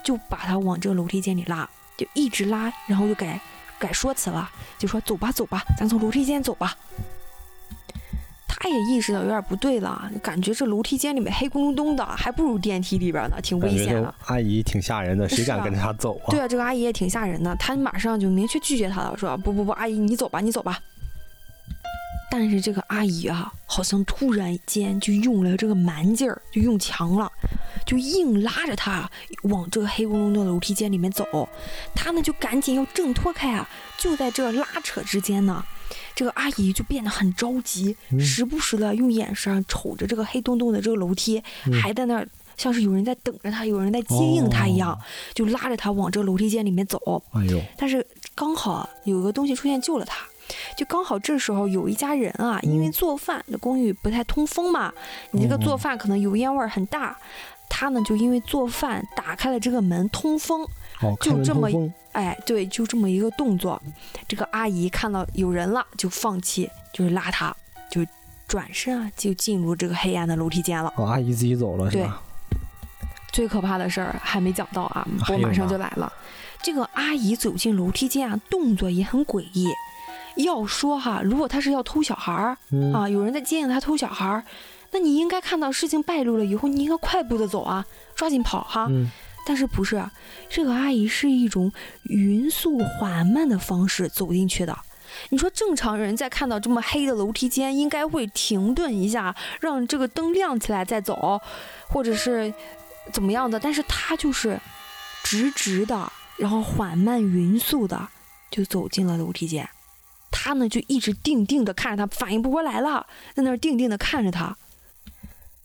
[SPEAKER 2] 就把她往这个楼梯间里拉，就一直拉，然后就改改说辞了，就说走吧走吧，咱从楼梯间走吧。她也意识到有点不对了，感觉这楼梯间里面黑咕隆咚的，还不如电梯里边呢，挺
[SPEAKER 1] 感
[SPEAKER 2] 危
[SPEAKER 1] 觉
[SPEAKER 2] 险的
[SPEAKER 1] 这。阿姨挺吓人的，谁
[SPEAKER 2] 是
[SPEAKER 1] 敢
[SPEAKER 2] 啊
[SPEAKER 1] 跟着她走啊？
[SPEAKER 2] 对啊，这个阿姨也挺吓人的，她马上就明确拒绝他了，说不不不，阿姨你走吧，你走吧。但是这个阿姨啊，好像突然间就用了这个蛮劲儿，就用强了，就硬拉着他往这个黑咕隆咚的楼梯间里面走。他呢就赶紧要挣脱开啊，就在这拉扯之间呢，这个阿姨就变得很着急，
[SPEAKER 1] 嗯
[SPEAKER 2] 时不时的用眼神瞅着这个黑洞洞的这个楼梯，
[SPEAKER 1] 嗯
[SPEAKER 2] 还在那儿像是有人在等着他，有人在接应他一样。
[SPEAKER 1] 哦
[SPEAKER 2] 就拉着他往这个楼梯间里面走。
[SPEAKER 1] 哎呦，
[SPEAKER 2] 但是刚好有个东西出现救了他，就刚好这时候有一家人啊，因为
[SPEAKER 1] 嗯
[SPEAKER 2] 做饭的公寓不太通风嘛，你这个做
[SPEAKER 1] 哦
[SPEAKER 2] 饭可能油烟味儿很大。他呢，就因为做饭打开了这个门通风，
[SPEAKER 1] 哦，
[SPEAKER 2] 就
[SPEAKER 1] 开门
[SPEAKER 2] 这
[SPEAKER 1] 通
[SPEAKER 2] 么
[SPEAKER 1] 风
[SPEAKER 2] 哎，对，就这么一个动作。这个阿姨看到有人了，就放弃，就是拉他，就转身啊，就进入这个黑暗的楼梯间了。
[SPEAKER 1] 哦，阿姨自己走了是吧？
[SPEAKER 2] 最可怕的事儿还没讲到啊，
[SPEAKER 1] 还
[SPEAKER 2] 我
[SPEAKER 1] 有
[SPEAKER 2] 马上
[SPEAKER 1] 吗
[SPEAKER 2] 就来了。这个阿姨走进楼梯间啊，动作也很诡异。要说哈，如果她是要偷小孩儿
[SPEAKER 1] 嗯，
[SPEAKER 2] 啊，有人在接应她偷小孩儿，那你应该看到事情败露了以后，你应该快步的走啊，抓紧跑哈。
[SPEAKER 1] 嗯，
[SPEAKER 2] 但是不是啊，这个阿姨是一种匀速缓慢的方式走进去的。你说正常人在看到这么黑的楼梯间，应该会停顿一下，让这个灯亮起来再走，或者是怎么样的。但是她就是直直的，然后缓慢匀速的就走进了楼梯间。她呢就一直定定的看着他，反应不过来了，在那儿定定的看着他。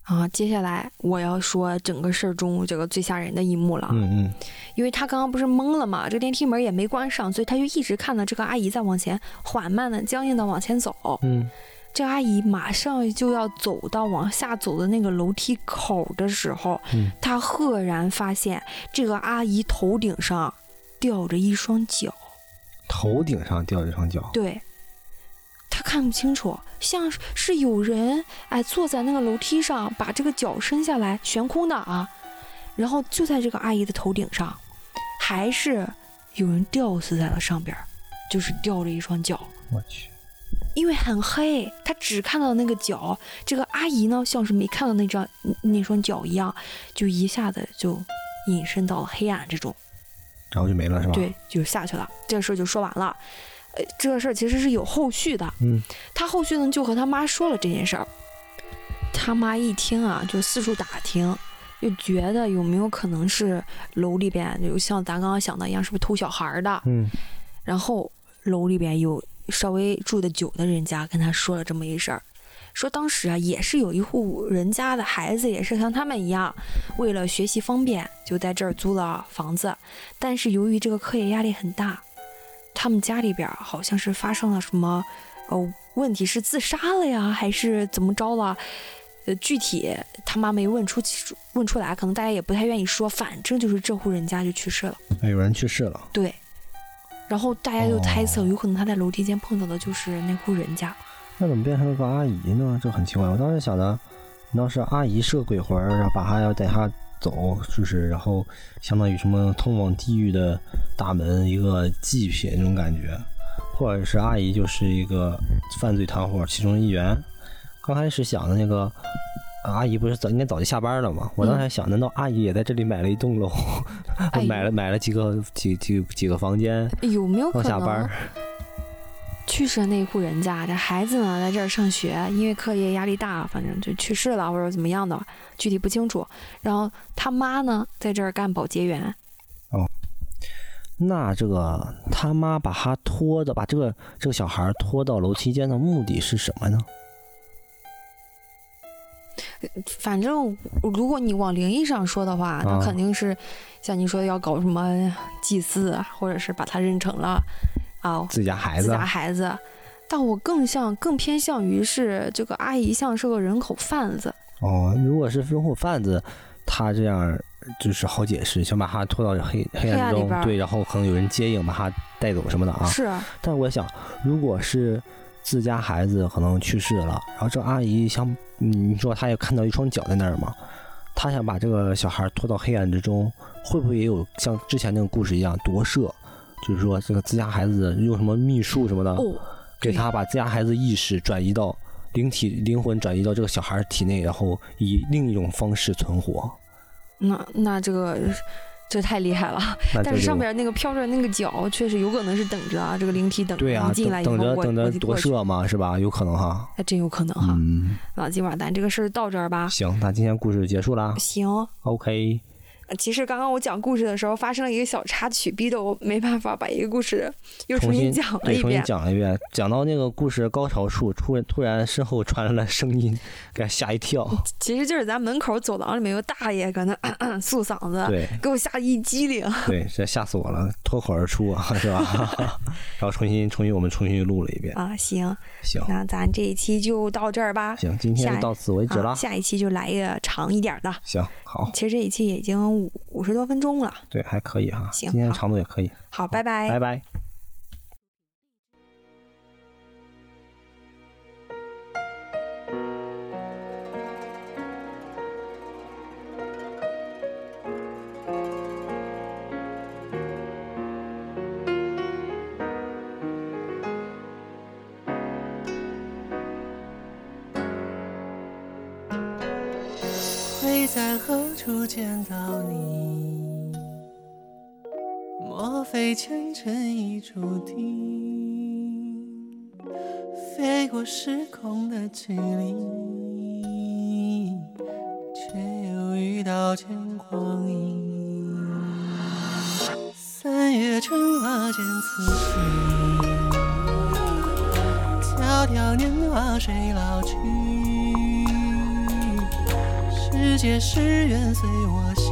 [SPEAKER 2] 啊，接下来我要说整个事儿中这个最吓人的一幕了，啊
[SPEAKER 1] 嗯嗯
[SPEAKER 2] 因为他刚刚不是懵了嘛，这个电梯门也没关上，所以他就一直看到这个阿姨在往前缓慢的、僵硬的往前走。
[SPEAKER 1] 嗯，
[SPEAKER 2] 这阿姨马上就要走到往下走的那个楼梯口的时候，
[SPEAKER 1] 嗯
[SPEAKER 2] 她赫然发现这个阿姨头顶上吊着一双脚，
[SPEAKER 1] 头顶上吊着一双脚，
[SPEAKER 2] 对，她看不清楚，像是是有人哎坐在那个楼梯上，把这个脚伸下来，悬空的啊，然后就在这个阿姨的头顶上，还是有人吊死在了上边儿，就是吊着一双脚。
[SPEAKER 1] 我去，
[SPEAKER 2] 因为很黑，他只看到那个脚。这个阿姨呢，像是没看到那张那双脚一样，就一下子就隐身到了黑暗之中。
[SPEAKER 1] 然后就没了是吧？，
[SPEAKER 2] 对，就下去了。这事儿就说完了。呃，这个事儿其实是有后续的。
[SPEAKER 1] 嗯，
[SPEAKER 2] 他后续呢就和他妈说了这件事儿。他妈一听啊，就四处打听，就觉得有没有可能是楼里边有像咱刚刚想的一样，是不是偷小孩儿的？
[SPEAKER 1] 嗯
[SPEAKER 2] 然后楼里边有稍微住的久的人家跟他说了这么一事儿，说当时啊也是有一户人家的孩子也是像他们一样，为了学习方便就在这儿租了房子，但是由于这个课业压力很大，他们家里边儿好像是发生了什么呃问题，是自杀了呀还是怎么着了？呃，具体他妈没问出问出来，可能大家也不太愿意说，反正就是这户人家就去世了。
[SPEAKER 1] 哎，有人去世了，
[SPEAKER 2] 对，然后大家就猜测，
[SPEAKER 1] 哦
[SPEAKER 2] 有可能他在楼梯间碰到的就是那户人家。
[SPEAKER 1] 那怎么变成了个阿姨呢？这很奇怪。我当时想的，难道是阿姨是个鬼魂儿，然后把她要带她走，就是然后相当于什么通往地狱的大门一个祭品那种感觉，或者是阿姨就是一个犯罪团伙其中一员。刚开始想的那个。阿姨不是早应该早就下班了吗？我当时还想，难道阿姨也在这里买了一栋楼，
[SPEAKER 2] 哎 呦
[SPEAKER 1] 买了买了几个几几几个房间，
[SPEAKER 2] 哎有没有可
[SPEAKER 1] 刚下班
[SPEAKER 2] 能
[SPEAKER 1] 儿？
[SPEAKER 2] 去世的那户人家，这孩子呢在这儿上学，因为课业压力大，反正就去世了或者怎么样的，具体不清楚。然后他妈呢在这儿干保洁员，
[SPEAKER 1] 那这个他妈把他拖的，把这个这个小孩拖到楼梯间的目的是什么呢？
[SPEAKER 2] 反正如果你往灵异上说的话，那
[SPEAKER 1] 啊
[SPEAKER 2] 肯定是像你说的要搞什么祭祀，或者是把他认成了啊
[SPEAKER 1] 自己家孩
[SPEAKER 2] 自
[SPEAKER 1] 子
[SPEAKER 2] 家孩子，但我更像更偏向于是这个阿姨像是个人口贩子，
[SPEAKER 1] 哦，如果是人口贩子，他这样就是好解释，想把他拖到黑黑
[SPEAKER 2] 暗
[SPEAKER 1] 暗
[SPEAKER 2] 里
[SPEAKER 1] 中
[SPEAKER 2] 边，儿
[SPEAKER 1] 对，然后可能有人接应把他带走什么的啊。
[SPEAKER 2] 是
[SPEAKER 1] 但我想，如果是自家孩子可能去世了，然后这阿姨想，嗯你说她也看到一双脚在那儿嘛，她想把这个小孩拖到黑暗之中，会不会也有像之前那个故事一样夺舍？就是说，这个自家孩子用什么秘术什么的，
[SPEAKER 2] 哦，
[SPEAKER 1] 给他把自家孩子意识转移到灵体、灵魂转移到这个小孩体内，然后以另一种方式存活。
[SPEAKER 2] 那那这个这太厉害了，
[SPEAKER 1] 那
[SPEAKER 2] 但
[SPEAKER 1] 这
[SPEAKER 2] 是
[SPEAKER 1] 就
[SPEAKER 2] 上边那个飘着那个脚，确实有可能是等着啊，这个灵体等着
[SPEAKER 1] 对啊，
[SPEAKER 2] 你进来
[SPEAKER 1] 等
[SPEAKER 2] 以后
[SPEAKER 1] 等着
[SPEAKER 2] 我
[SPEAKER 1] 等
[SPEAKER 2] 我
[SPEAKER 1] 着
[SPEAKER 2] 就
[SPEAKER 1] 夺
[SPEAKER 2] 过去，
[SPEAKER 1] 舍嘛，是吧？有可能哈。
[SPEAKER 2] 还真有可能哈。
[SPEAKER 1] 嗯，
[SPEAKER 2] 那今晚咱这个事儿到这儿吧。
[SPEAKER 1] 行，那今天故事结束啦。
[SPEAKER 2] 行，
[SPEAKER 1] OK。
[SPEAKER 2] 呃其实刚刚我讲故事的时候发生了一个小插曲，逼得我没办法把一个故事又重
[SPEAKER 1] 重
[SPEAKER 2] 新
[SPEAKER 1] 新
[SPEAKER 2] 讲了
[SPEAKER 1] 对，
[SPEAKER 2] 一
[SPEAKER 1] 重新
[SPEAKER 2] 遍。
[SPEAKER 1] 讲了一遍，讲到那个故事高潮处，突然突然身后传来了声音， 给他吓一 跳。
[SPEAKER 2] 其实就是咱门口走廊里面有大爷搁那咳咳诉嗓子，
[SPEAKER 1] 对
[SPEAKER 2] 给我吓一激灵。
[SPEAKER 1] 对，这吓死我了，脱口而出啊， 是吧？然后重新重新我们重新录了一遍。
[SPEAKER 2] 啊，行，
[SPEAKER 1] 行
[SPEAKER 2] 那咱这一期就到这儿吧。
[SPEAKER 1] 行，今天
[SPEAKER 2] 下
[SPEAKER 1] 就到此为止
[SPEAKER 2] 啊，
[SPEAKER 1] 啦。
[SPEAKER 2] 下一期就来一个长一点儿的。
[SPEAKER 1] 行，好，
[SPEAKER 2] 其实这一期也已经五五十多分钟了。
[SPEAKER 1] 对，还可以哈，
[SPEAKER 2] 行
[SPEAKER 1] 今天的
[SPEAKER 2] 好
[SPEAKER 1] 长度也可以。
[SPEAKER 2] 好，拜拜。
[SPEAKER 1] 拜拜。
[SPEAKER 3] 会在何处见到你？莫非前尘已注定？飞过时空的距离，却又遇到见光阴。三月春花见此时，迢迢年华谁老去？世界是缘随我心。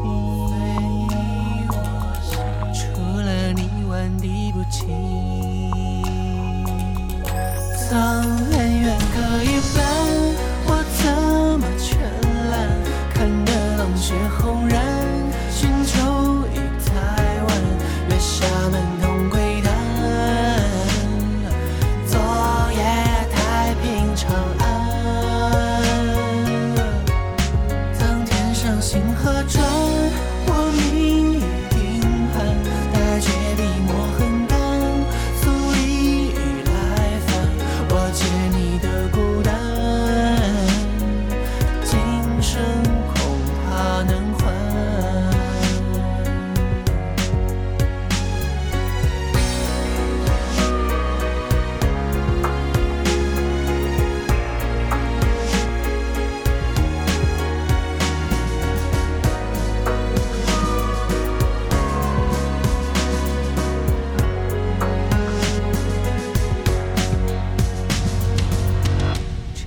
[SPEAKER 3] 除了你万敌不侵。藏恩怨各一半，我怎么全揽？看着冷血轰然，寻仇已太晚，月下门同归单。昨夜太平长安。当天上星河转，我命已定盘，待却笔墨痕干，素衣已来返，我借你的孤单，今生恐怕难还。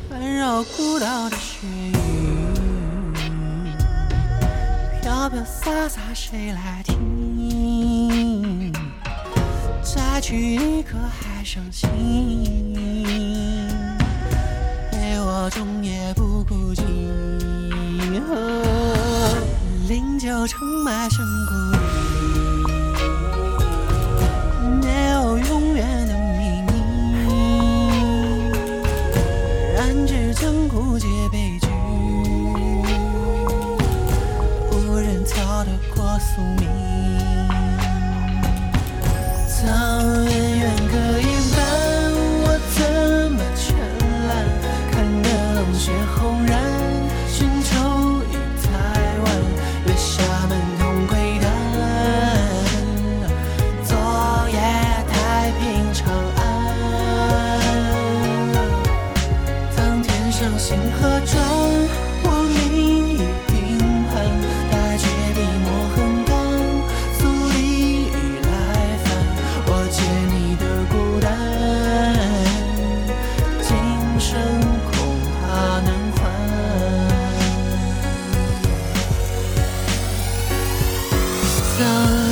[SPEAKER 3] 缠绕古老的雪域，飘飘洒洒，谁来听？摘去一颗海上心，陪我终夜不孤寂。哦零九城埋深谷里，没有永远的秘密。染指江湖皆悲剧，无人逃得过宿命。藏恩怨各一半，我怎么全揽？看得冷血轰然，寻仇已太晚，月下门同归单。昨夜太平长安。当天上星河转，我命已定盘，待却笔墨痕干，素衣已来返，我借你的孤单，今生恐怕难还。藏